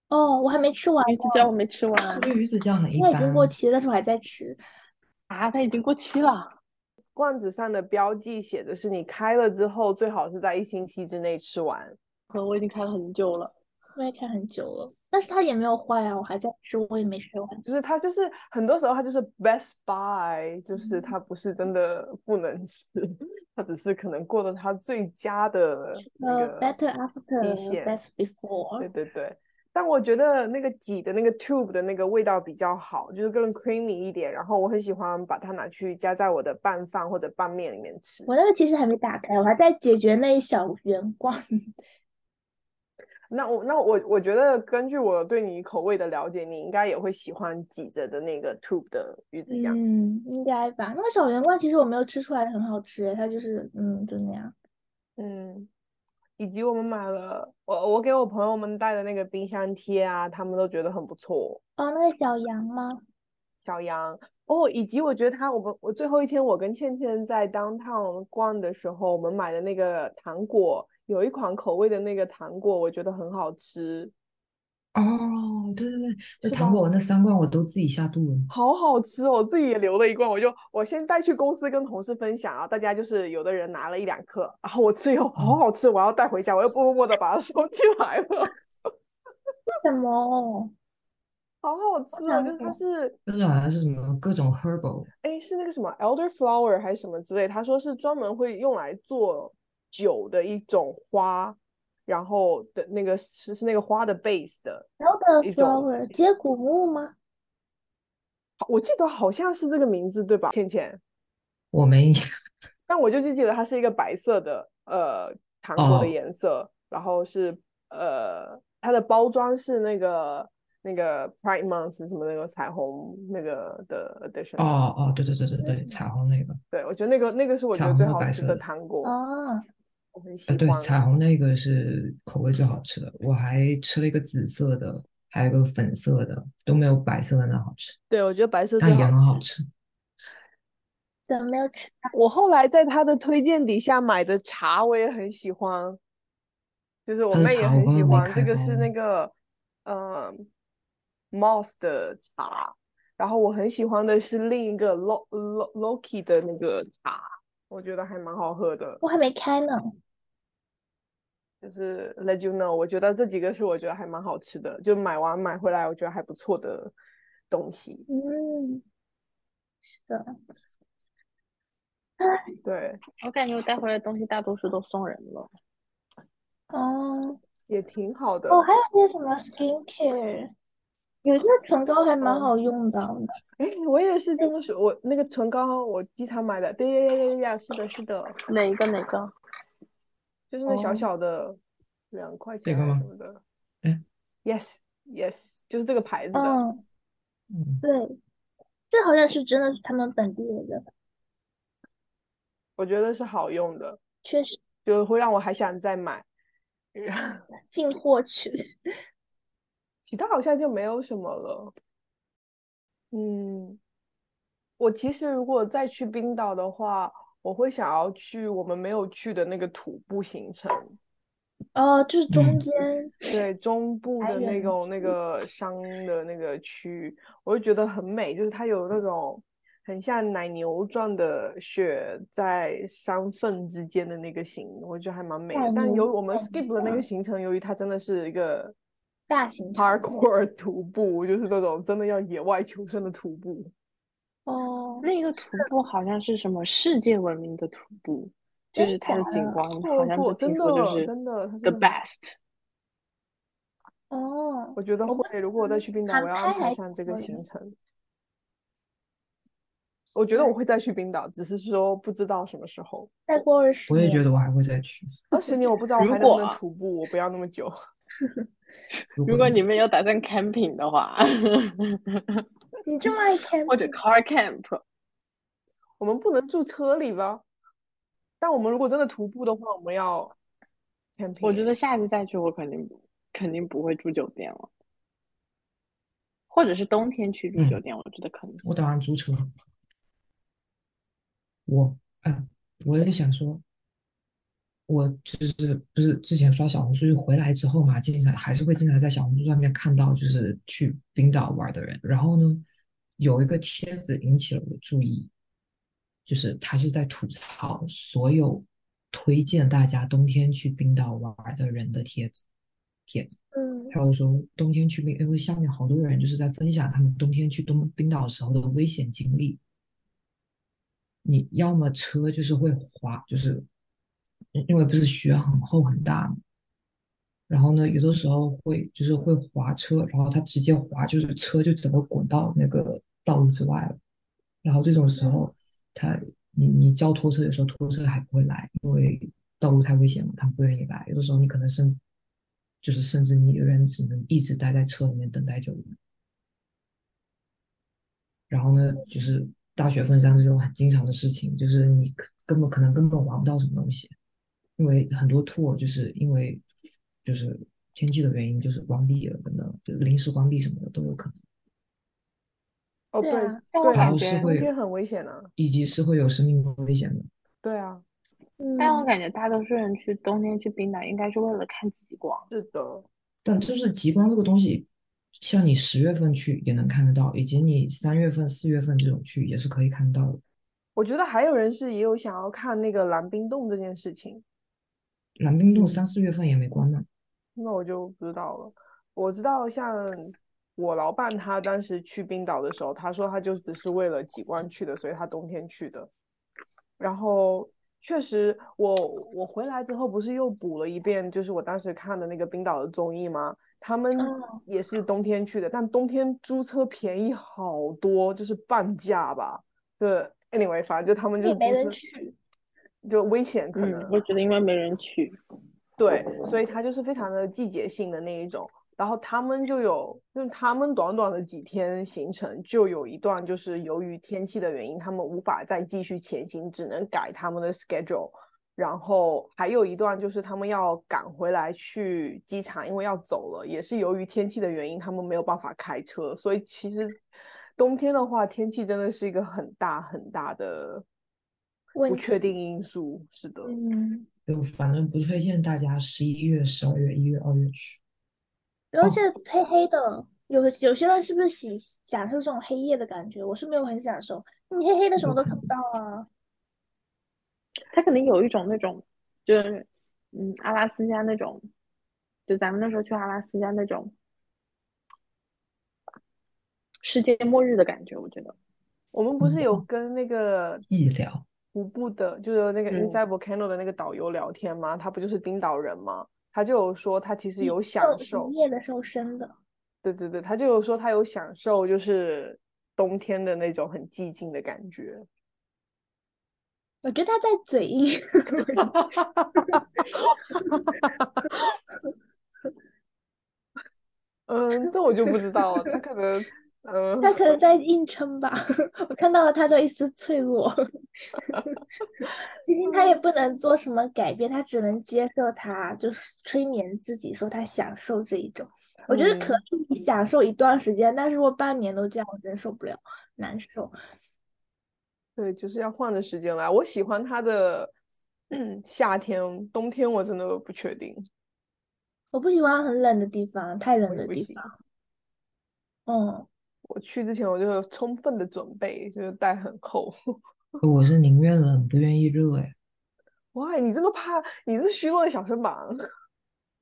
Speaker 3: 哦，我还没吃完
Speaker 7: 鱼子酱我没吃完
Speaker 2: 我觉得鱼子酱很一
Speaker 3: 呢，它已经过
Speaker 2: 般，
Speaker 3: 期，但是我还在吃。
Speaker 7: 啊，它已经过期了。
Speaker 4: 罐子上的标记写的是你开了之后最好是在一星期之内吃完。
Speaker 7: 可我已经开了很久了。
Speaker 3: 我也看很久了，但是它也没有坏啊，我还在吃，我也没吃完。
Speaker 4: 就是它就是很多时候它就是 best buy，就是
Speaker 3: 嗯
Speaker 4: 它不是真的不能吃，它只是可能过了它最佳的那
Speaker 3: 呃
Speaker 4: 个
Speaker 3: ，better
Speaker 4: 底
Speaker 3: after
Speaker 4: 线。
Speaker 3: best before，
Speaker 4: 对对对，但我觉得那个挤的那个 tube 的那个味道比较好，就是更 creamy 一点。然后我很喜欢把它拿去加在我的拌饭或者拌面里面吃。
Speaker 3: 我那个其实还没打开，我还在解决那一小圆罐。
Speaker 4: 那我那我我觉得根据我对你口味的了解，你应该也会喜欢挤着的那个 tube 的鱼子酱。
Speaker 3: 嗯，应该吧。那个小圆罐其实我没有吃出来很好吃，它就是嗯，就那样。
Speaker 4: 嗯，以及我们买了，我我给我朋友们带的那个冰箱贴啊，他们都觉得很不错。
Speaker 3: 哦，那个小羊吗？
Speaker 4: 小杨哦，以及我觉得他，我们我最后一天我跟倩倩在 downtown 逛的时候，我们买的那个糖果，有一款口味的那个糖果，我觉得很好吃，
Speaker 2: 哦，对对对，那
Speaker 4: 是
Speaker 2: 糖
Speaker 4: 吧
Speaker 2: 果那三罐我都自己下肚了。
Speaker 4: 好好吃哦，我自己也留了一罐，我就我先带去公司跟同事分享啊，大家就是有的人拿了一两颗，然后我吃以后好好吃，我要带回家，我又默默的把它 收起来了，
Speaker 3: 什么？哦
Speaker 4: 好好吃哦，就是它
Speaker 3: 糖果
Speaker 4: 是。
Speaker 2: 就是好像是什么各种 herbal，
Speaker 4: 哎，是那个什么 elderflower 还是什么之类，他说是专门会用来做酒的一种花，然后的那个是是那个花的 base 的，
Speaker 3: 然后的
Speaker 4: 一种
Speaker 3: flower 接骨木吗？
Speaker 4: 好我记得好像是这个名字对吧，倩倩？
Speaker 2: 我没印象。
Speaker 4: 但我就记记得它是一个白色的呃糖果
Speaker 2: 哦
Speaker 4: 的颜色，然后是呃它的包装是那个那个 Pride Month 什么那个彩虹那个的 edition
Speaker 2: 哦
Speaker 4: 的，
Speaker 2: 哦，对对对对对，彩虹那个，
Speaker 4: 对我觉得那个那个是我觉
Speaker 2: 彩
Speaker 4: 得最
Speaker 2: 虹和
Speaker 4: 好
Speaker 2: 白
Speaker 4: 吃
Speaker 2: 色
Speaker 4: 的
Speaker 2: 的
Speaker 4: 糖果，
Speaker 3: 哦，
Speaker 4: 我很
Speaker 2: 呃，
Speaker 4: 喜
Speaker 2: 对，
Speaker 4: 欢。
Speaker 2: 彩虹那个是口味最好吃的，我还吃了一个紫色的，还有一个粉色的，都没有白色的那好吃，
Speaker 4: 对，我觉得白色
Speaker 2: 但
Speaker 4: 最
Speaker 2: 也
Speaker 4: 好
Speaker 2: 很好
Speaker 4: 吃。
Speaker 2: 吃。
Speaker 3: 怎么没有吃到？
Speaker 4: 我后来在他的推荐底下买的茶，我也很喜欢，就是我
Speaker 2: 他的
Speaker 4: 妹也
Speaker 2: 茶我
Speaker 4: 很
Speaker 2: 根
Speaker 4: 喜
Speaker 2: 本没
Speaker 4: 欢。这
Speaker 2: 开
Speaker 4: 个是
Speaker 2: 包
Speaker 4: 那个，呃，Moss 的茶，然后我很喜欢的是另一个 Lo Lo Loki 的那个茶，我觉得还蛮好喝的。
Speaker 3: 我还没开呢。
Speaker 4: 就是 Let you know，我觉得这几个是我觉得还蛮好吃的，就买完买回来我觉得还不错的东西。
Speaker 3: 嗯，是的，
Speaker 4: 对，
Speaker 7: 我感觉我带回来的东西大多数都送人了。
Speaker 3: 哦，
Speaker 4: 也挺好的。
Speaker 3: 哦，还有一些什么 skincare，有一个唇膏还蛮
Speaker 4: 嗯
Speaker 3: 好用的，
Speaker 4: 哎，我也是这么说。我那个唇膏，我经常买的。对呀呀呀呀呀，是的，是的，
Speaker 7: 哪一个？哪个？
Speaker 4: 就是那小
Speaker 3: 哦
Speaker 4: 小的，两块
Speaker 2: 这
Speaker 4: 钱
Speaker 2: 个
Speaker 4: 还是
Speaker 2: 吗
Speaker 4: 什么的。
Speaker 2: 哎
Speaker 4: y e s yes，就是这个牌子的。
Speaker 3: 嗯，
Speaker 2: 嗯，
Speaker 3: 对，这好像是真的是他们本地的，
Speaker 4: 我觉得是好用的，
Speaker 3: 确实。
Speaker 4: 就会让我还想再买。
Speaker 3: 进货去。
Speaker 4: 其他好像就没有什么了。嗯，我其实如果再去冰岛的话，我会想要去我们没有去的那个徒步行程，
Speaker 3: 哦，就是中
Speaker 2: 嗯
Speaker 3: 间，
Speaker 4: 对中部
Speaker 3: 还
Speaker 4: 的那
Speaker 3: 原
Speaker 4: 种那个山的那个区域，我就觉得很美，就是它有那种很像奶牛状的雪在山缝之间的那个形，我觉得还蛮美的
Speaker 3: 奶。
Speaker 4: 但
Speaker 3: 牛
Speaker 4: 由于我们
Speaker 3: 状
Speaker 4: skip 了那个
Speaker 3: 嗯
Speaker 4: 行程，由于它真的是一个
Speaker 3: 大型徒步
Speaker 4: parkour 徒步，就是那种真的要野外求生的徒步。
Speaker 3: 哦，
Speaker 7: 那个徒步好像是什么世界闻名的徒步，就
Speaker 3: 真
Speaker 7: 是它的
Speaker 3: 假
Speaker 7: 景
Speaker 3: 的
Speaker 7: 观
Speaker 4: 错
Speaker 7: 好像
Speaker 4: 过
Speaker 7: 就听
Speaker 4: 真
Speaker 7: 说就
Speaker 4: 的
Speaker 7: 是
Speaker 4: 真的它
Speaker 7: the
Speaker 4: 真的
Speaker 7: best。
Speaker 3: 哦，
Speaker 4: 我觉得
Speaker 3: 我们
Speaker 4: 会，如果
Speaker 7: 嗯
Speaker 4: 我再去冰岛，
Speaker 3: 韩
Speaker 4: 我要
Speaker 3: 拍
Speaker 4: 安排
Speaker 3: 还
Speaker 4: 一
Speaker 3: 挺
Speaker 4: 下这个
Speaker 3: 多的
Speaker 4: 行程。我觉得
Speaker 7: 嗯
Speaker 4: 我会再去冰岛，只是说不知道什么时候。
Speaker 3: 再过二十
Speaker 2: 我也
Speaker 3: 年，
Speaker 2: 觉得我还会再去。
Speaker 4: 二十年我不知道我
Speaker 7: 如
Speaker 4: 还能不
Speaker 7: 果
Speaker 4: 能
Speaker 7: 啊
Speaker 4: 徒步，我不要那么久。
Speaker 2: 如
Speaker 7: 如
Speaker 2: 果
Speaker 7: 果你们有打算 camping 的话，
Speaker 3: 你这么爱
Speaker 7: 或
Speaker 3: camping，
Speaker 7: 者 car camp，
Speaker 4: 我们不能住车里吧？但我们如果真的徒步的话，我们要 camping。
Speaker 7: 我觉得下次再去我肯定不肯定不会住酒店了，或者是冬天去住酒
Speaker 2: 嗯
Speaker 7: 店，我觉得可能
Speaker 2: 我打算租车，我哎，我也想说，我就是不是之前刷小红书回来之后嘛，经常还是会经常在小红书上面看到就是去冰岛玩的人，然后呢，有一个帖子引起了我的注意，就是他是在吐槽所有推荐大家冬天去冰岛玩的人的帖子帖子。
Speaker 3: 嗯，
Speaker 2: 还有说冬天去冰，因为下面好多人就是在分享他们冬天去东冰岛时候的危险经历。你要么车就是会滑，就是因因为不是雪很厚很大嘛，然后呢，有的时候会就是会滑车，然后它直接滑，就是车就整个滚到那个道路之外了。然后这种时候，他你你叫拖车，有时候拖车还不会来，因为道路太危险了，他们不愿意来。有的时候你可能甚就是甚至你一个人只能一直待在车里面等待救援。然后呢，就是大雪封山这种很经常的事情，就是你可根本可能根本玩不到什么东西，因为很多 tour 就是因为就是天气的原因，就是关闭了，可能就临时关闭什么的都有可能。
Speaker 4: 哦，
Speaker 3: 对
Speaker 4: 对
Speaker 3: 啊
Speaker 7: 但我
Speaker 4: 对，
Speaker 2: 然
Speaker 7: 感
Speaker 2: 后是
Speaker 7: 觉，
Speaker 4: 冬
Speaker 2: 会
Speaker 4: 天
Speaker 2: 有，
Speaker 4: 很危险啊。
Speaker 2: 以及是会有生命危险的。
Speaker 4: 对啊，
Speaker 7: 但我
Speaker 3: 嗯，
Speaker 7: 感觉大多数人去冬天去冰岛应该是为了看极光。
Speaker 4: 是的，
Speaker 2: 但就是极光这个东西，像你十月份去也能看得到，以及你三月份、四月份这种去也是可以看到的。
Speaker 4: 我觉得还有人是也有想要看那个蓝冰洞这件事情。
Speaker 2: 蓝冰洞
Speaker 4: 嗯
Speaker 2: 三四月份也没关呢。
Speaker 4: 那我就不知道了。我知道，像我老伴他当时去冰岛的时候，他说他就只是为了极光去的，所以他冬天去的。然后确实我，我回来之后不是又补了一遍，就是我当时看的那个冰岛的综艺吗？他们
Speaker 3: 哦，
Speaker 4: 也是冬天去的，但冬天租车便宜好多，就是半价吧。对，anyway，反正就他们就
Speaker 3: 也
Speaker 4: 是
Speaker 3: 没
Speaker 4: 租
Speaker 3: 人
Speaker 4: 车
Speaker 3: 去，
Speaker 4: 就危险可
Speaker 7: 嗯，
Speaker 4: 能。
Speaker 7: 我觉得因为没人去。
Speaker 4: 对，
Speaker 3: 嗯
Speaker 4: 所以它就是非常的季节性的那一种。然后他们就有，就是他们短短的几天行程，就有一段就是由于天气的原因，他们无法再继续前行，只能改他们的 schedule。然后还有一段就是他们要赶回来去机场，因为要走了，也是由于天气的原因，他们没有办法开车。所以其实冬天的话，天气真的是一个很大很大的
Speaker 3: 问
Speaker 4: 不确
Speaker 3: 题，
Speaker 4: 定因素。是的。
Speaker 3: 嗯，
Speaker 2: 就反正不推荐大家十一月、十二月、一月、二月去。
Speaker 3: 而且
Speaker 2: 哦，
Speaker 3: 黑黑的，有有些人是不是喜享受这种黑夜的感觉？我是没有很享受，你黑黑的什
Speaker 2: 有
Speaker 3: 么都
Speaker 2: 可
Speaker 3: 看
Speaker 2: 能。
Speaker 3: 不到啊。
Speaker 7: 它可能有一种那种，就是嗯，阿拉斯加那种，就咱们那时候去阿拉斯加那种世界末日的感觉，我觉得。
Speaker 4: 我们不
Speaker 2: 嗯
Speaker 4: 是有跟那个
Speaker 2: 寂寥，
Speaker 4: 徒步的，就是那个
Speaker 7: 嗯
Speaker 4: Inside Volcano 的那个导游聊天吗？他不就是冰岛人吗？他就有说他其实
Speaker 3: 你
Speaker 4: 有享
Speaker 3: 受
Speaker 4: 受，
Speaker 3: 营业的时候生的，
Speaker 4: 对对对，他就有说他有享受，就是冬天的那种很寂静的感觉。
Speaker 3: 我觉得他在嘴硬。
Speaker 4: 嗯，这我就不知道了，他可能嗯，
Speaker 3: 他可能在硬撑吧，我看到了他的一丝脆 弱。毕竟他也不能做什么改变，他只能接受他，就是催眠自己说他享受这一种。我觉得可
Speaker 4: 嗯
Speaker 3: 以享受一段时间，但是如果半年都这样，我真受不了，难受。
Speaker 4: 对，就是要换着时间来。我喜欢它的， 嗯，夏天、冬天我真的不确定，
Speaker 3: 我不喜欢很冷的地方，太冷
Speaker 4: 我也
Speaker 3: 的
Speaker 4: 不
Speaker 3: 地
Speaker 4: 行。
Speaker 3: 方。嗯，
Speaker 4: 我去之前我就有充分的准备，就是带很厚。
Speaker 3: 哦
Speaker 2: 我是宁愿冷不愿意热哎，
Speaker 4: 哇，你这么怕，你是虚弱的小身板。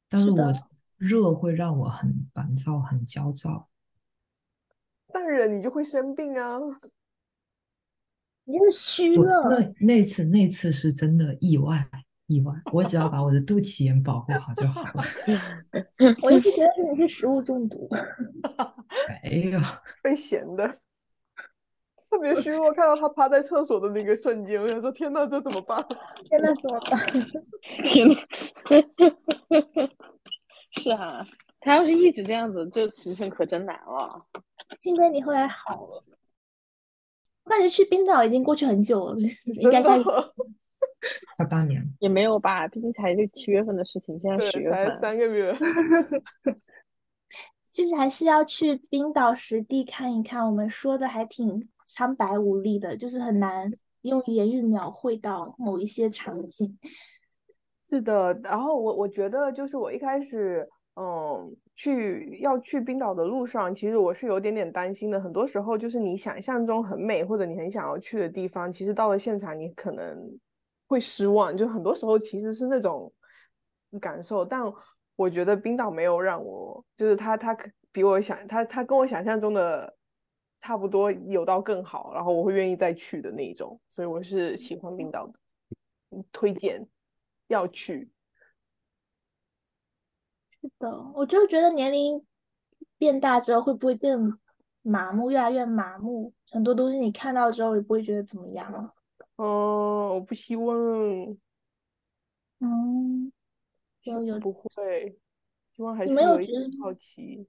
Speaker 2: 但
Speaker 3: 是
Speaker 2: 是
Speaker 3: 的
Speaker 2: 我热会让我很烦躁、很焦躁。
Speaker 4: 但是你就会生病啊！
Speaker 3: 你就是虚
Speaker 2: 我
Speaker 3: 弱。
Speaker 2: 那那次那次是真的意外意外，我只要把我的肚脐眼保护好就好 了。
Speaker 3: 我一直觉得是你是食物中毒。
Speaker 2: 没有，
Speaker 4: 被闲的，特别 虚弱。看到他趴在厕所的那个瞬间，我想说：天呐，这怎么办？
Speaker 3: 天呐，怎么办？
Speaker 6: 天呐，是啊，他要是一直这样子，这其实可真难了。
Speaker 3: 幸亏你后来好了。我感觉去冰岛已经过去很久了， 应
Speaker 4: 真
Speaker 3: 该开始
Speaker 4: 的，
Speaker 2: 快半年了。
Speaker 6: 也没有吧，毕竟才这七月份的事情，现在十
Speaker 4: 对，
Speaker 6: 月
Speaker 4: 才
Speaker 6: 份。
Speaker 4: 三个月。
Speaker 3: 就是还是要去冰岛实地看一看。我们说的还挺苍白无力的，就是很难用言语描绘到某一些场景。
Speaker 4: 是的，然后我我觉得就是我一开始，嗯，去要去冰岛的路上，其实我是有点点担心的。很多时候就是你想象中很美或者你很想要去的地方，其实到了现场你可能会失望。就很多时候其实是那种感受，但我觉得冰岛没有让我，就是它它可比我想它它跟我想象中的差不多，有到更好，然后我会愿意再去的那一种，所以我是喜欢冰岛的。嗯推荐要去。
Speaker 3: 是的，我就觉得年龄变大之后会不会更麻木，越来越麻木？很多东西你看到之后也不会觉得怎么样了。
Speaker 4: 嗯、我不希望，
Speaker 3: 嗯，
Speaker 4: 希
Speaker 3: 有
Speaker 4: 望
Speaker 3: 有
Speaker 4: 不会，希望还
Speaker 3: 你
Speaker 4: 是
Speaker 3: 没有
Speaker 4: 有一
Speaker 3: 觉
Speaker 4: 点
Speaker 3: 得
Speaker 4: 好奇。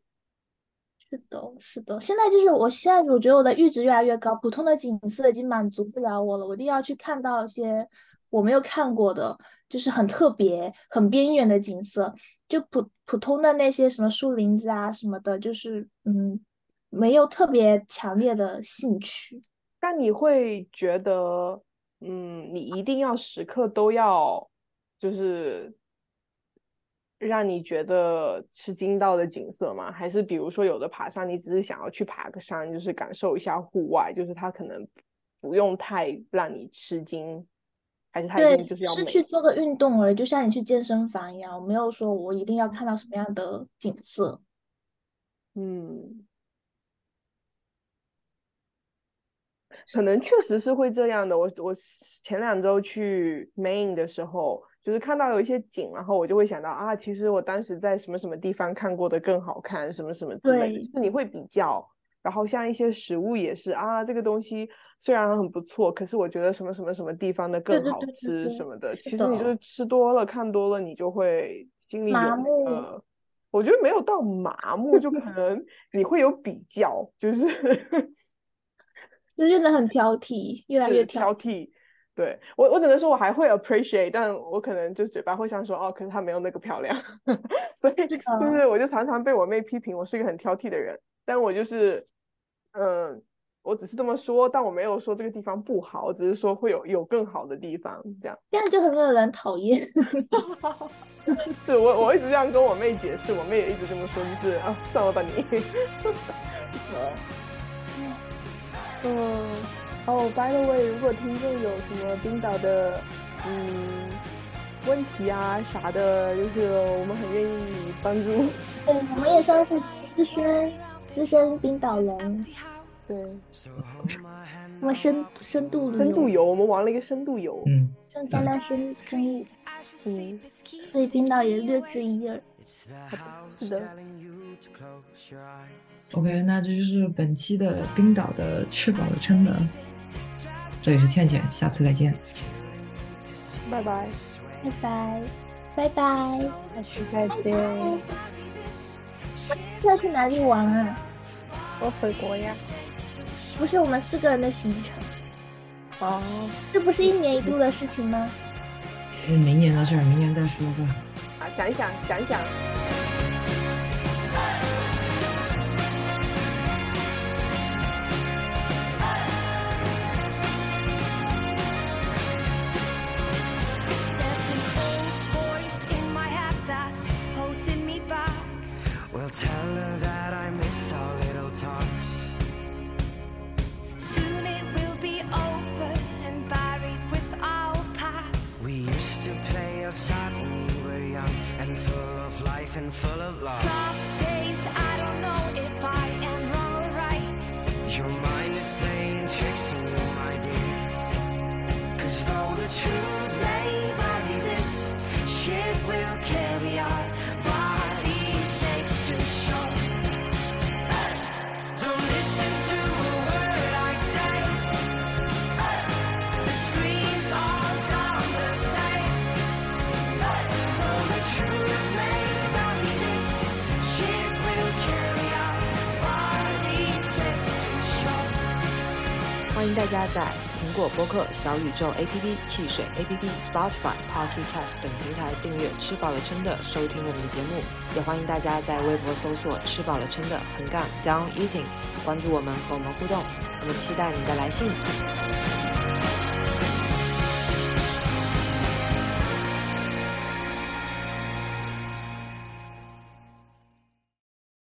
Speaker 3: 是的，是的，现在就是我现在我觉得我的阈值越来越高，普通的景色已经满足不了我了，我一定要去看到一些我没有看过的，就是很特别、很边缘的景色。就普普通的那些什么树林子啊什么的，就是嗯，没有特别强烈的兴趣。
Speaker 4: 但你会觉得，嗯，你一定要时刻都要，就是让你觉得吃惊到的景色吗？还是比如说有的爬山，你只是想要去爬个山，就是感受一下户外，就是它可能不用太让你吃惊，还是它一
Speaker 3: 对，
Speaker 4: 定就是要
Speaker 3: 是
Speaker 4: 美
Speaker 3: 去做个运动而已，就像你去健身房一样，我没有说我一定要看到什么样的景色。
Speaker 4: 嗯，可能确实是会这样的。我我前两周去 Maine 的时候，就是看到有一些景，然后我就会想到啊，其实我当时在什么什么地方看过的更好看，什么什么之类的。
Speaker 3: 对，
Speaker 4: 就是你会比较，然后像一些食物也是啊，这个东西虽然很不错，可是我觉得什么什么什么地方的
Speaker 3: 对
Speaker 4: 更
Speaker 3: 对
Speaker 4: 好
Speaker 3: 对对
Speaker 4: 吃什
Speaker 3: 对，
Speaker 4: 么的。
Speaker 3: 是
Speaker 4: 其实你就
Speaker 3: 的，
Speaker 4: 是吃多了、看多了，你就会心里有
Speaker 3: 麻
Speaker 4: 那
Speaker 3: 木。
Speaker 4: 个。嗯我觉得没有到麻木，就 可能你会有比较，就是
Speaker 3: 就变得很挑剔，越来越
Speaker 4: 是
Speaker 3: 挑
Speaker 4: 挑
Speaker 3: 剔。
Speaker 4: 剔。对，我，我只能说我还会 appreciate，但我可能就嘴巴会想说，哦，可是她没有那个漂亮， 所以
Speaker 3: 是的，
Speaker 4: 就是我就常常被我妹批评，我是一个很挑剔的人，但我就是，嗯，我只是这么说，但我没有说这个地方不好，我只是说会有有更好的地方，这样。
Speaker 3: 这样就很惹人讨厌。
Speaker 4: 是我我一直这样跟我妹解释，我妹也一直这么说，就是啊，算了吧你。 嗯，哦，by the way，如果听众有什么冰岛的嗯问题啊啥的，就是我们很愿意帮助。
Speaker 3: 对，呃我们也算是资深资深冰岛人，
Speaker 4: 对，
Speaker 3: 我们深深度旅
Speaker 4: 深度
Speaker 3: 游，
Speaker 4: 游，我们玩了一个深度游。
Speaker 2: 嗯，
Speaker 3: 深加那深深入，
Speaker 4: 嗯，
Speaker 3: 对冰岛也略知一二。
Speaker 4: 是的，
Speaker 2: OK，那这就是本期的冰岛的吃饱了撑的，这里是倩倩，下次再见。
Speaker 4: 拜拜，
Speaker 3: 拜拜，拜拜，
Speaker 6: 下次再见。
Speaker 3: 拜拜。下次要去哪里玩啊？
Speaker 5: 我回国呀。
Speaker 3: 不是我们四个人的行程，
Speaker 5: 哦，
Speaker 3: 这不是一年一度的事情吗？
Speaker 8: 那嗯明年的事儿，明年再说吧。
Speaker 4: 啊，想一想，想一想，
Speaker 1: There's an old voice in my head that's holding me back.
Speaker 9: Well, tell her that I miss our little talks.
Speaker 1: Soon it will be over and buried with our past.
Speaker 9: We used to play outside when we were young and full of life and full of love.
Speaker 1: Some days I don't know if I am wrong or right.
Speaker 9: Your mind is playing tricks on you, my dear. Cause though the truth may vary, this ship will carry our bodies safe to shore. Don't listen to a word I say. The screams all sound the same. Though the truth may vary, this ship will carry our bodies safe to shore.
Speaker 2: 欢迎大家在苹果播客、小宇宙 APP、汽水 APP、Spotify、Pocket Cast 等平台订阅“吃饱了撑的”，收听我们的节目。也欢迎大家在微博搜索“吃饱了撑的”横杠 Down Eating，关注我们和我们互动。我们期待你的来信。